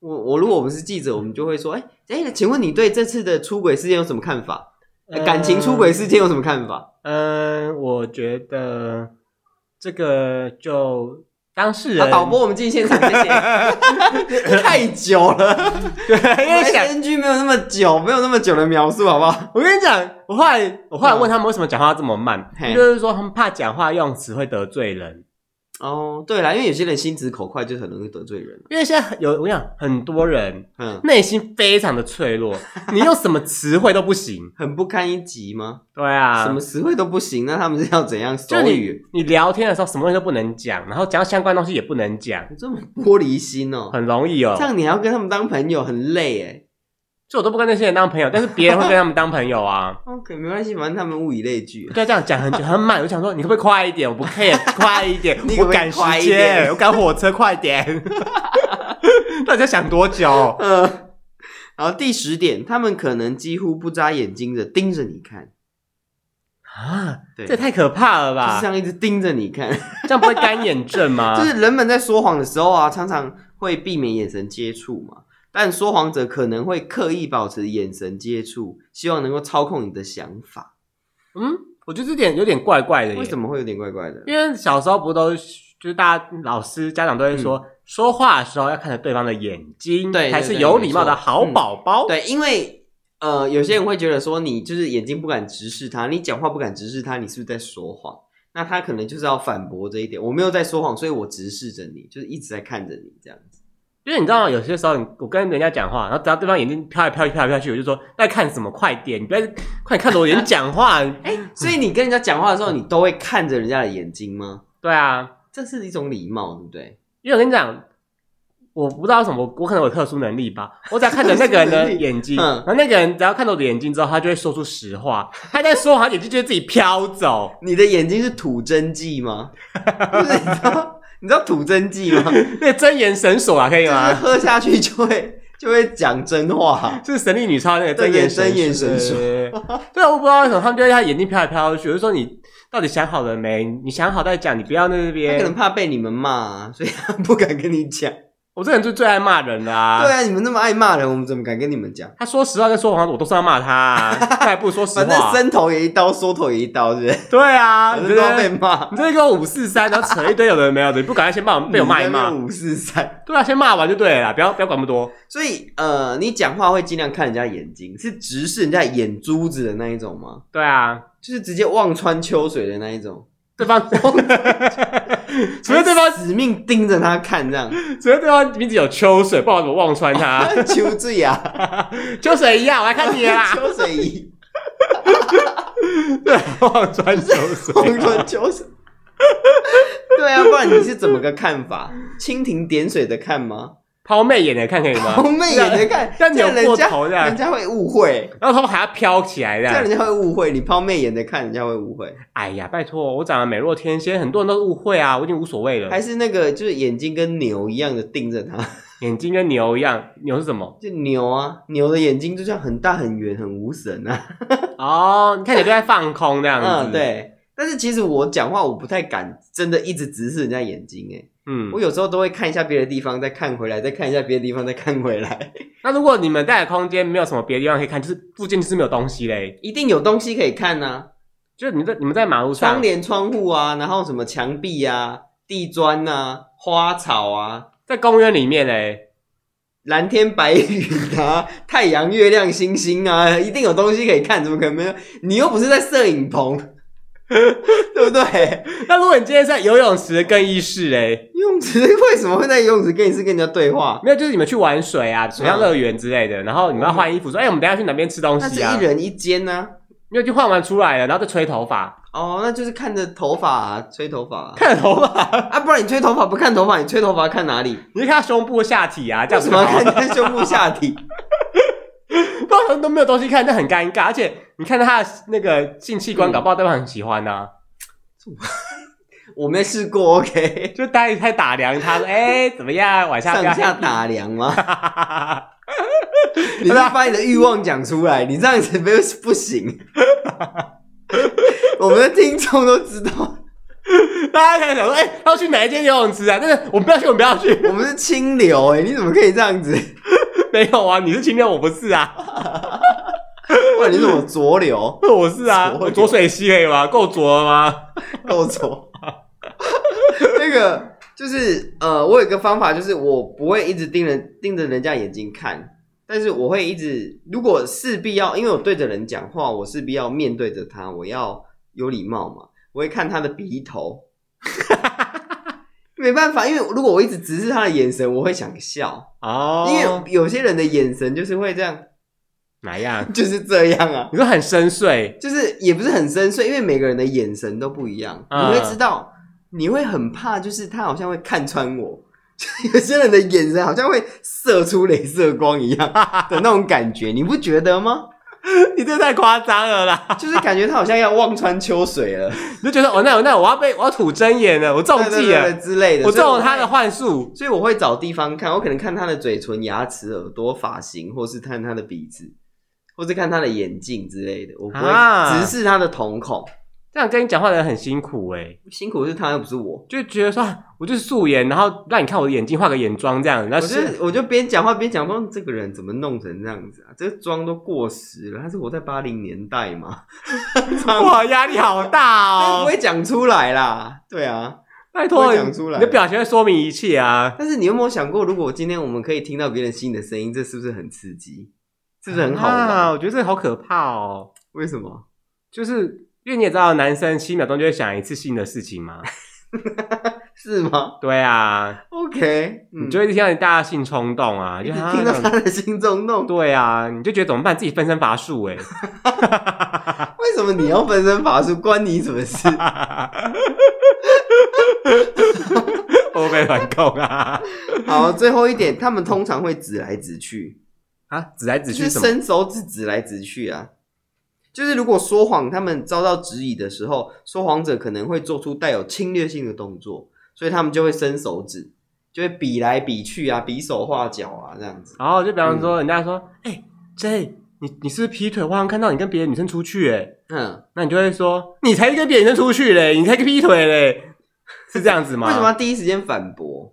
Speaker 1: 我我如果我们是记者，我们就会说，哎、哎、请问你对这次的出轨事件有什么看法？呃感情出轨事件有什么看法？
Speaker 2: 嗯，我觉得这个就当事人、
Speaker 1: 啊，导播，我们进现场，谢谢。太久了，
Speaker 2: 对，因为想
Speaker 1: NG 没有那么久，没有那么久的描述，好不好？
Speaker 2: 我跟你讲，我后来我后来问他们为什么讲话这么慢，
Speaker 1: 嘿
Speaker 2: 就是说他们怕讲话用词会得罪人，
Speaker 1: 哦，对啦，因为有些人心直口快，就很容易得罪人。
Speaker 2: 因为现在有我跟你讲，很多人
Speaker 1: 嗯，
Speaker 2: 内心非常的脆弱，你用什么词汇都 不行。
Speaker 1: 很不堪一击吗？
Speaker 2: 对啊，
Speaker 1: 什么词汇都不行，那他们是要怎样手
Speaker 2: 就你
Speaker 1: 语？
Speaker 2: 你聊天的时候什么东西都不能讲，然后讲到相关东西也不能讲，
Speaker 1: 这么玻璃心哦、
Speaker 2: 很容易哦
Speaker 1: 这。样你还要跟他们当朋友，很累哎、
Speaker 2: 就我都不跟那些人当朋友，但是别人会跟他们当朋友啊。
Speaker 1: OK，没关系，反正他们物以类 聚。
Speaker 2: 对，这样讲很久很慢，我想说你可不可以快一点？我不 care，快 一点
Speaker 1: 你，可不
Speaker 2: 我
Speaker 1: 可以
Speaker 2: 赶时
Speaker 1: 快一点
Speaker 2: 间，我赶火车，快 点。到底在想多久？
Speaker 1: 呃，然后第十点，他们可能几乎不眨眼睛的盯着你看，
Speaker 2: 啊，
Speaker 1: 对，
Speaker 2: 这也太可怕了
Speaker 1: 就是
Speaker 2: 吧
Speaker 1: 这！样一直盯着你看。
Speaker 2: 这样不会干眼症吗
Speaker 1: 就？是人们在说谎的时候啊，常常会避免眼神接触嘛，但说谎者可能会刻意保持眼神接触，希望能够操控你的想法。
Speaker 2: 嗯，我觉得这点有点怪怪的耶。
Speaker 1: 为什
Speaker 2: 么？
Speaker 1: 么会有点怪怪的？
Speaker 2: 因为小时候不都就是大家老师家长都会说，说话的时候要看着对方的眼睛，
Speaker 1: 嗯对对
Speaker 2: 才是
Speaker 1: 对
Speaker 2: 有
Speaker 1: 没
Speaker 2: 礼貌的
Speaker 1: 错
Speaker 2: 好
Speaker 1: 嗯
Speaker 2: 宝宝。
Speaker 1: 对，因为。呃，有些人会觉得说你就是眼睛不敢直视他，你讲话不敢直视他，你是不是在说谎？那他可能就是要反驳这一点，我没有在说谎，所以我直视着你，就是一直在看着你这样子。
Speaker 2: 因为你知道，有些时候你我跟人家讲话，然后等到对方眼睛飘来飘去、飘来飘去，我就说在看什么？快点，你不要快点看着我眼睛 讲话。
Speaker 1: 所以你跟人家讲话的时候，你都会看着人家的眼睛吗？
Speaker 2: 对啊，
Speaker 1: 这是一种礼貌，对不对？
Speaker 2: 因为我跟你讲，我不知道为什么，我可能有特殊能力吧。我只要看着那个人
Speaker 1: 特殊
Speaker 2: 的
Speaker 1: 能力
Speaker 2: 眼睛，
Speaker 1: 嗯
Speaker 2: 然后那个人只要看到我的眼睛之后，他就会说出实话。他在说完，眼睛就会自己飘走。
Speaker 1: 你的眼睛是吐真剂吗？ 就是你知道你知道吐真剂吗？就
Speaker 2: 那个真言神锁啊，可以
Speaker 1: 是
Speaker 2: 吗？
Speaker 1: 喝下去就会就会讲真话。
Speaker 2: 就是神力女超那个真
Speaker 1: 对对
Speaker 2: 言
Speaker 1: 真言
Speaker 2: 神
Speaker 1: 神
Speaker 2: 锁
Speaker 1: 锁
Speaker 2: 对。对对对啊，我不知道为什么他们就会在他眼睛飘来飘去。我就说你到底想好了没？你想好再讲，你不要那
Speaker 1: 他可能
Speaker 2: 边。
Speaker 1: 怕被你们骂、啊，所以他不敢跟你讲。
Speaker 2: 我这人就最爱骂人啦、
Speaker 1: 对啊，你们那么爱骂人，我们怎么敢跟你们讲？
Speaker 2: 他说实话跟说谎，我都是要骂他、啊，他还不如说实
Speaker 1: 反正
Speaker 2: 话。
Speaker 1: 伸头也一刀，缩头也一刀，是不是？
Speaker 2: 对啊，
Speaker 1: 反
Speaker 2: 你
Speaker 1: 正
Speaker 2: 这
Speaker 1: 都要被
Speaker 2: 个
Speaker 1: 骂。
Speaker 2: 你这个五四三，然后扯一堆有的没有的，你不赶快先骂我，被我骂一骂。
Speaker 1: 五四三。
Speaker 2: 对啊，先骂完就对了啦，不要不要管那么多。
Speaker 1: 所以呃，你讲话会尽量看人家眼睛，是直视人家眼珠子的那一种吗？
Speaker 2: 对啊，
Speaker 1: 就是直接望穿秋水的那一种，
Speaker 2: 对 方，除非对方，
Speaker 1: 死命盯着他看 这样，
Speaker 2: 除非对方名字有秋水，不好怎么忘穿他。
Speaker 1: 秋醉 啊，
Speaker 2: 秋水一样，我来看你啦。
Speaker 1: 秋水一
Speaker 2: 对，忘穿秋
Speaker 1: 望
Speaker 2: 水。
Speaker 1: 穿秋水。对啊，不然你是怎么个看法？蜻蜓点水的看吗？
Speaker 2: 抛媚眼的看可以吗？
Speaker 1: 红妹也能 看，
Speaker 2: 要
Speaker 1: 这样
Speaker 2: 扭
Speaker 1: 人
Speaker 2: 过
Speaker 1: 家
Speaker 2: 啊头这
Speaker 1: 人
Speaker 2: 样，
Speaker 1: 家会误会，
Speaker 2: 然后他们还要飘起来这
Speaker 1: 这
Speaker 2: 样
Speaker 1: 样。人家会误会。你抛媚眼的看，人家会误会。
Speaker 2: 哎呀，拜托，我长得美若天仙，很多人都误会啊，我已经无所谓了
Speaker 1: 还。是那个，就是眼睛跟牛一样的盯着他，
Speaker 2: 眼睛跟牛一样，牛是什么？
Speaker 1: 就牛啊，牛的眼睛就这样很大很圆很无神啊。
Speaker 2: 哦，你看起来就在放空这样子。
Speaker 1: 嗯，，对。但是其实我讲话，我不太敢真的一直直视人家眼睛，哎，
Speaker 2: 嗯
Speaker 1: 我。有时候都会看一下别的地方，再看回来，再看一下别的地方，再看回来，
Speaker 2: 那如果你们在的空间没有什么别的地方可以看，就是附近就是没有东西嘞，
Speaker 1: 一定有东西可以看呐、啊，
Speaker 2: 就是你们在你们在马路
Speaker 1: 窗
Speaker 2: 上，
Speaker 1: 帘、窗户啊，然后什么墙壁啊、地砖啊、花草啊、
Speaker 2: 在公园里面嘞，
Speaker 1: 蓝天白云啊、太阳、月亮、星星啊，一定有东西可以看，怎么可能没有？你又不是在摄影棚， 对不对？
Speaker 2: 那如果你今天在游泳池的更衣室嘞，
Speaker 1: 游泳池为什么会在游泳池跟你是跟人家对话？
Speaker 2: 没有，就是你们去玩水啊，水上乐园之类的，然后你们要换衣服，说，哎、我们等一下去哪边吃
Speaker 1: 嗯
Speaker 2: 东
Speaker 1: 那是
Speaker 2: 西啊
Speaker 1: 一？人一间啊呢、
Speaker 2: 没有，就换完出来了，然后再吹头发，
Speaker 1: 哦，那就是看着头发、啊、吹头发啊
Speaker 2: 看头发，
Speaker 1: 啊，不然你吹头发不看头发，你吹头发看哪里？
Speaker 2: 你就看他胸部下体啊，这
Speaker 1: 为
Speaker 2: 样
Speaker 1: 什
Speaker 2: 子
Speaker 1: 么要
Speaker 2: 好
Speaker 1: 看 看胸部下体？
Speaker 2: 不然很都没有东西看，那很尴尬。而且你看他的那个性器官，
Speaker 1: 嗯
Speaker 2: 搞不好对方很喜欢啊呐、
Speaker 1: 我没试过，OK，
Speaker 2: 就大家在打量他说：“哎、怎么样？晚上不要
Speaker 1: 上下
Speaker 2: happy
Speaker 1: 打量吗？
Speaker 2: 啊
Speaker 1: 你是把你的欲望讲出来，你这样子没有不行。 我们的听众都知道，
Speaker 2: 大家开始想说：“哎、要去哪一间游泳池啊？”但是我们不要去，我们不要去。
Speaker 1: 我们是清流哎、你怎么可以这样子？
Speaker 2: 没有啊，你是清流，我不是啊，
Speaker 1: 哇，你怎么浊流？
Speaker 2: 我是啊，
Speaker 1: 左流
Speaker 2: 我浊水溪可以吗？够浊了吗？
Speaker 1: 够浊。那个就是呃，我有一个方法，就是我不会一直盯人盯着人家眼睛看，但是我会一直，如果势必要，因为我对着人讲话，我势必要面对着他，我要有礼貌嘛，我会看他的鼻头。 没办法，因为如果我一直直视他的眼神，我会想笑，
Speaker 2: 哦，
Speaker 1: 因为有些人的眼神就是会这样，
Speaker 2: 哪样？
Speaker 1: 就是这样啊。
Speaker 2: 你说很深邃，
Speaker 1: 就是也不是很深邃，因为每个人的眼神都不一样，
Speaker 2: 嗯
Speaker 1: 你会知道，你会很怕，就是他好像会看穿我， 就有些人的眼神好像会射出镭射光一 样的那种感觉，你不觉得吗？
Speaker 2: 你这太夸张了啦！
Speaker 1: 就是感觉他好像要望穿秋水了，
Speaker 2: 你就觉得哦，那我那我要被我要吐真言了，我中
Speaker 1: 对
Speaker 2: 计
Speaker 1: 对对
Speaker 2: 了，
Speaker 1: 对之类的，
Speaker 2: 啊我
Speaker 1: 所以
Speaker 2: 中了
Speaker 1: 会
Speaker 2: 他的。幻术。
Speaker 1: 所以我会找地方看，我可能看他的嘴唇、牙齿、耳朵、发型，或是看他的鼻子，或是看他的眼镜之类的。我不
Speaker 2: 啊
Speaker 1: 会直视他的瞳孔，
Speaker 2: 这样跟你讲话的人很辛苦哎、
Speaker 1: 辛苦是他又不是我。
Speaker 2: 就觉得说啊我就是素颜，然后让你看我的眼睛，画个眼妆这样子，然后
Speaker 1: 我就是啊是我就边讲话边讲说，这个人怎么弄成这样子啊？这个妆都过时了，他是活在八零年代嘛？
Speaker 2: 哇压力好大
Speaker 1: 他不
Speaker 2: 哦，
Speaker 1: 会讲出来啦，对啊。
Speaker 2: 拜
Speaker 1: 不
Speaker 2: 托
Speaker 1: 会
Speaker 2: 你
Speaker 1: 讲出来
Speaker 2: 你的表情会说明一切啊，
Speaker 1: 但是你有没有想过，如果今天我们可以听到别人新的声音，这是不是很刺激？是不是很好玩？
Speaker 2: 啊，我觉得这好可怕哦，
Speaker 1: 为什么？
Speaker 2: 就是因为你也知道，男生七秒钟就会想一次性的事情 嘛，
Speaker 1: 是吗
Speaker 2: 对啊，
Speaker 1: ？OK，嗯
Speaker 2: 你就会听到你大家性冲动啊，
Speaker 1: 一
Speaker 2: 就
Speaker 1: 直
Speaker 2: 啊
Speaker 1: 听到他
Speaker 2: 那种
Speaker 1: 的心中弄。
Speaker 2: 对啊，你就觉得怎么办？自己分身乏术 哎、
Speaker 1: 为什么你要分身乏术？关你什么事？
Speaker 2: 我被管控啊
Speaker 1: 好，最后一点，他们通常会指来指去。
Speaker 2: 啊！指来指
Speaker 1: 就是
Speaker 2: 去什么？
Speaker 1: 伸手指指来指去啊。就是如果说谎，他们遭到质疑的时候，说谎者可能会做出带有侵略性的动作，所以他们就会伸手指，就会比来比去啊，比手画脚啊，这样子。
Speaker 2: 然后就比方
Speaker 1: 嗯
Speaker 2: 说，人家说，哎、J，你你是不是劈腿？我好像看到你跟别的女生出去、欸，哎，
Speaker 1: 嗯，
Speaker 2: 那你就会说，你才跟别的女生 出去嘞，你才劈腿嘞，是这样子吗？。
Speaker 1: 为什么要第一时间反驳？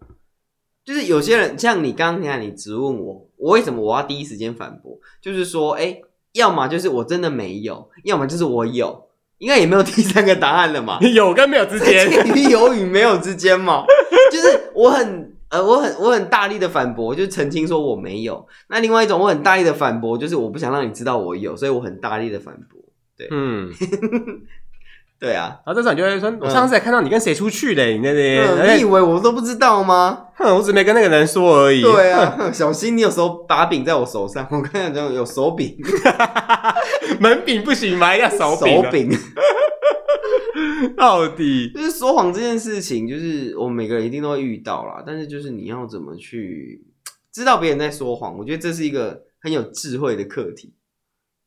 Speaker 1: 就是有些人像你刚刚，你看你质问我，我为什么我要第一时间反驳？就是说，哎、要么就是我真的没有，要么就是我有，应该也没有第三个答案了嘛
Speaker 2: 有跟没有 之间，
Speaker 1: 介于有与没有之间嘛，就是我很呃，我很我很大力的反驳，就是澄清说我没有。那另外一种我很大力的反驳，就是我不想让你知道我有，所以我很大力的反驳。
Speaker 2: 嗯，
Speaker 1: 对啊，
Speaker 2: 然后这时候你就会说，我上次还看到你跟谁出去嘞，你那边，而
Speaker 1: 嗯、你以
Speaker 2: 且
Speaker 1: 为我都不知道吗？
Speaker 2: 哼，我只没跟那个人说而已，
Speaker 1: 对啊， 哼小心你有手把柄在我手上，我跟你讲有手柄，
Speaker 2: 门柄不行吗？要手柄啊，
Speaker 1: 柄。
Speaker 2: 到底，
Speaker 1: 就是说谎这件事情，就是我们每个人一定都会遇到啦。但是就是你要怎么去知道别人在说谎，我觉得这是一个很有智慧的课题。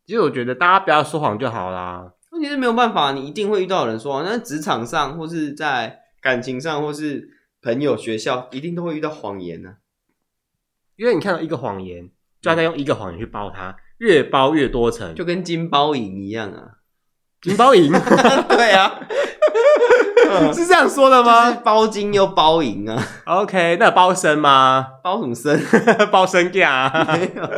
Speaker 2: 其实我觉得大家不要说谎就好啦，
Speaker 1: 问题是没有办法，你一定会遇到有人说谎。啊那职场上，或是在感情上，或是朋友、学校，一定都会遇到谎言啊呢、
Speaker 2: 因为你看到一个谎言，就要再用一个谎言去包它，越包越多层，
Speaker 1: 就
Speaker 2: 就
Speaker 1: 跟金包银一样啊。
Speaker 2: 金包银
Speaker 1: 对啊，嗯
Speaker 2: 是这样说的
Speaker 1: 就
Speaker 2: 吗
Speaker 1: 是包金又包银啊，
Speaker 2: ？OK，那有包身吗？
Speaker 1: 包什么身？
Speaker 2: 包身价 啊
Speaker 1: 没有，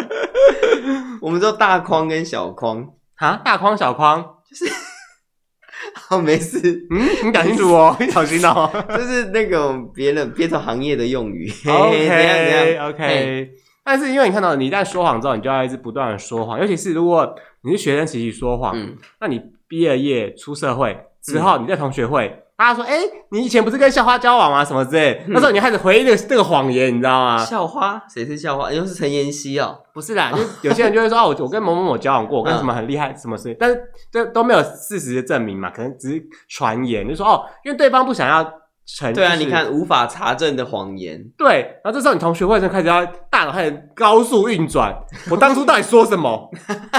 Speaker 1: 我们都大框跟小框。
Speaker 2: 啊，大框小框，
Speaker 1: 好，没事。
Speaker 2: 嗯，你讲清 楚哦，你小心哦。
Speaker 1: 就是那种别人别的行业的用语。嘿嘿怎样怎
Speaker 2: OK
Speaker 1: 样
Speaker 2: OK，但是因为你看到你一旦说谎之后，你就要一直不断的说谎，尤其是如果你是学生时期说谎，
Speaker 1: 嗯，
Speaker 2: 那你毕了业出社会之后，你在同学会。大家说：“哎、你以前不是跟校花交往吗？什么之类的？”
Speaker 1: 嗯
Speaker 2: 那时候你就开始回忆这个这个谎言，你知道吗？
Speaker 1: 啊校花谁是校花？又是陈妍希哦。
Speaker 2: 不是啦，就是有些人就会说：“哦，我我跟某某某交往过，我跟
Speaker 1: 嗯
Speaker 2: 什么很厉害，什么之类。”但是这都没有事实的证明嘛，可能只是传言，就说：“哦，因为对方不想要承认。”
Speaker 1: 对啊，你看无法查证的谎言。
Speaker 2: 对，然后这时候你同学会就开始要大脑开始高速运转，我当初到底说什么？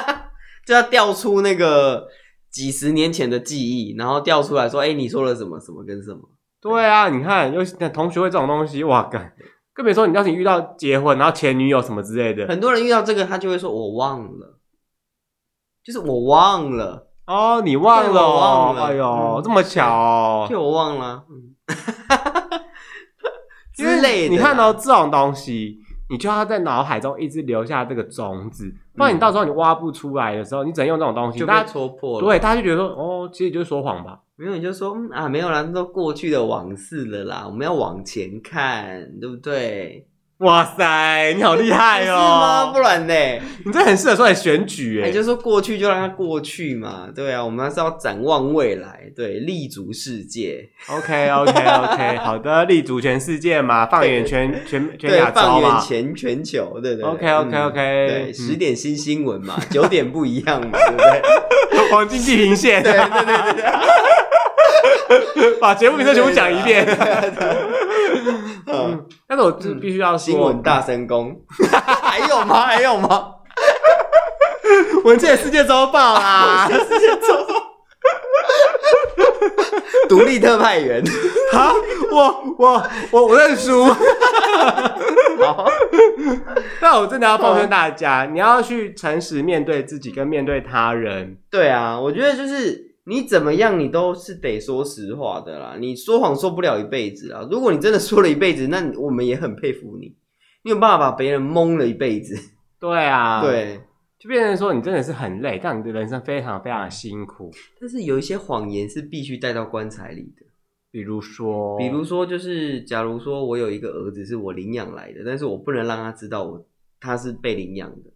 Speaker 1: 就要调出那个几十年前的记忆，然后调出来说，哎、你说了什么什么跟什么？
Speaker 2: 对啊，你看，尤其同学会这种东西，哇，干，更别说你要是你遇到结婚，然后前女友什么之类的，
Speaker 1: 很多人遇到这个，他就会说我忘了，就是我忘了，
Speaker 2: 哦，你忘了
Speaker 1: 对我
Speaker 2: 哦，
Speaker 1: 忘了
Speaker 2: 哎呦，
Speaker 1: 嗯
Speaker 2: 这么巧哦，
Speaker 1: 就我忘了啊，嗯，
Speaker 2: 因为
Speaker 1: 之类的啦。
Speaker 2: 你看哦到、这种东西，你就要在脑海中一直留下这个种子，不然你到时候你挖不出来的时候，你只能用这种东
Speaker 1: 嗯
Speaker 2: 西，
Speaker 1: 就
Speaker 2: 大
Speaker 1: 被
Speaker 2: 家
Speaker 1: 戳破了。
Speaker 2: 对大家就觉得说，哦，其实就是说谎吧，
Speaker 1: 没有，你就说嗯啊，没有啦，那都过去的往事了啦，我们要往前看，对不对？
Speaker 2: 哇塞，你好厉害
Speaker 1: 是吗？
Speaker 2: 哦
Speaker 1: 不，然呢？
Speaker 2: 你这很适合说来选举，哎
Speaker 1: 你，就说过去就让它过去嘛，对啊，我们还是要展望未来，对，立足世界，
Speaker 2: OK OK OK，好的，立足全世界嘛，放眼全全全
Speaker 1: 对
Speaker 2: 亚，洲
Speaker 1: 放
Speaker 2: 嘛
Speaker 1: 眼。全全球，对对
Speaker 2: OK OK
Speaker 1: 对，
Speaker 2: OK，
Speaker 1: 十点新新闻嘛，九点不一样嘛，对不对？
Speaker 2: 黄金地平线，
Speaker 1: 对对对对对，
Speaker 2: 把节目名称全部讲一遍
Speaker 1: 对。啊对啊对啊嗯，
Speaker 2: 嗯，但是我就必须要说，
Speaker 1: 新闻大神功，还有吗？还有吗？
Speaker 2: 文件世界周报啦，
Speaker 1: 独立特派员，
Speaker 2: 好，我我我我认输。
Speaker 1: 好。
Speaker 2: 但我真的要奉劝大家，你要去诚实面对自己跟面对他人。
Speaker 1: 对啊，我觉得就是你怎么样，你都是得说实话的啦。你说谎说不了一辈子啊。如果你真的说了一辈子，那你我们也很佩服你，你有办法把别人蒙了一辈 子。
Speaker 2: 对啊，，
Speaker 1: 对，
Speaker 2: 就变成说你真的是很累，但你的人生非常非常的辛苦。
Speaker 1: 但是有一些谎言是必须带到棺材里的。
Speaker 2: 比如说，
Speaker 1: 比如说，就是假如说我有一个儿子是我领养来的，但是我不能让他知道我他是被领养的，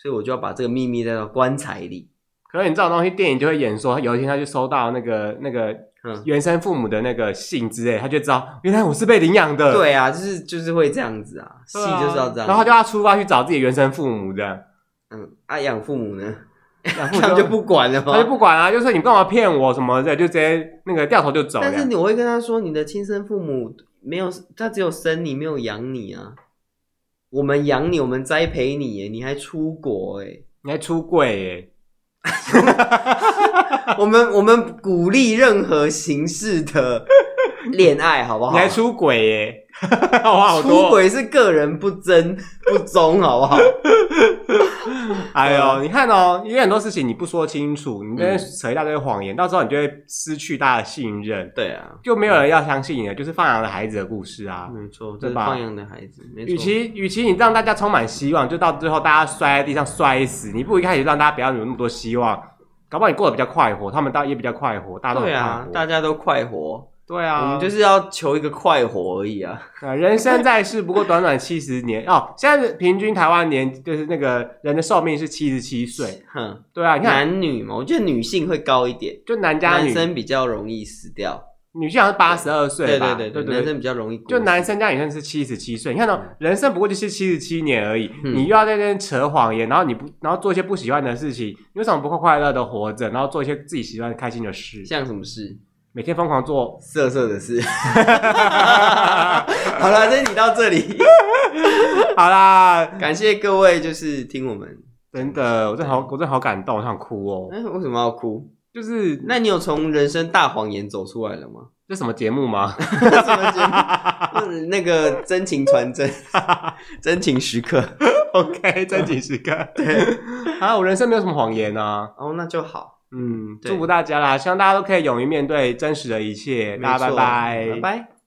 Speaker 1: 所以我就要把这个秘密带到棺材里。
Speaker 2: 可是你这种东西，电影就会演说，有一天他就收到那个那个
Speaker 1: 嗯，
Speaker 2: 原生父母的那个信之类，他就知道原来我是被领养的。
Speaker 1: 对啊，就是就是会这样子啊，戏
Speaker 2: 对啊，
Speaker 1: 就是要这样。
Speaker 2: 然后他就要出发去找自己的原生父母的，
Speaker 1: 嗯，啊，养父母呢？
Speaker 2: 养 父
Speaker 1: 他
Speaker 2: 母
Speaker 1: 们就不管了吗？
Speaker 2: 他就不管啊，就说你干嘛骗我什么的，就直接那个掉头就走了
Speaker 1: 但。是你我会跟他说，你的亲生父母没有，他只有生你，没有养你啊。我们养你，我们栽培你耶，你还出国哎。
Speaker 2: 你还出柜耶？
Speaker 1: 我们我们鼓励任何形式的恋爱，好不好？
Speaker 2: 你还出轨耶、 哇，好
Speaker 1: 出
Speaker 2: 多！
Speaker 1: 轨是个人不贞不忠，好不 好？
Speaker 2: 哎呦，你看哦，因为很多事情你不说清楚，你在那边
Speaker 1: 嗯
Speaker 2: 扯一大堆谎言，到时候你就会失去大家的信任，
Speaker 1: 对啊，
Speaker 2: 就没有人要相信你了。就是放羊的孩子的故事啊。
Speaker 1: 没错，这
Speaker 2: 对
Speaker 1: 是
Speaker 2: 吧
Speaker 1: 放羊的孩子，没错。
Speaker 2: 与其与其你让大家充满希望，就到最后大家摔在地上摔死，你不如一开始让大家不要有那么多希望，搞不好你过得比较快活，他们倒也比较快活，大家都很
Speaker 1: 对
Speaker 2: 快
Speaker 1: 啊
Speaker 2: 活，
Speaker 1: 大家都快活，
Speaker 2: 对
Speaker 1: 我
Speaker 2: 啊，
Speaker 1: 们就是要求一个快活而已啊。
Speaker 2: 啊，人生在世不过短短七十年哦，现在平均台湾年就是那个人的寿命是七十七岁，
Speaker 1: 哼，
Speaker 2: 对啊，你看
Speaker 1: 男女嘛，我觉得女性会高一点，
Speaker 2: 就男加
Speaker 1: 男
Speaker 2: 女，
Speaker 1: 生比较容易死掉。
Speaker 2: 女性好像八十二岁
Speaker 1: 对
Speaker 2: 吧，
Speaker 1: 对
Speaker 2: 对
Speaker 1: 男生比较容易过
Speaker 2: 就
Speaker 1: 世。
Speaker 2: 男生加女生是七十七岁，你看到、人生不过就是七十七年而已，
Speaker 1: 嗯
Speaker 2: 你又要在那边扯谎言，然后你不，然后做一些不喜欢的事情，你为什么不快快乐的活着，然后做一些自己喜欢开心的事，
Speaker 1: 像什么事？
Speaker 2: 每天疯狂做，
Speaker 1: 色色的 事。好了，这集到这里，
Speaker 2: 好啦，
Speaker 1: 感谢各位就是听我们。
Speaker 2: 真的，我真的好，我真的好感动，我想哭哦，
Speaker 1: 哎、为什么要哭？
Speaker 2: 就是
Speaker 1: 那你有从人生大谎言走出来了吗？
Speaker 2: 这什么节目吗？
Speaker 1: 什么节目？ 嗯那个真情传 真，真情时刻。
Speaker 2: OK，真情时刻。对，啊，我人生没有什么谎言啊。
Speaker 1: 哦，那就好。
Speaker 2: 嗯，
Speaker 1: 对
Speaker 2: 祝福大家啦，希望大家都可以勇于面对真实的一切。大家
Speaker 1: 没错
Speaker 2: 拜拜，
Speaker 1: 拜拜。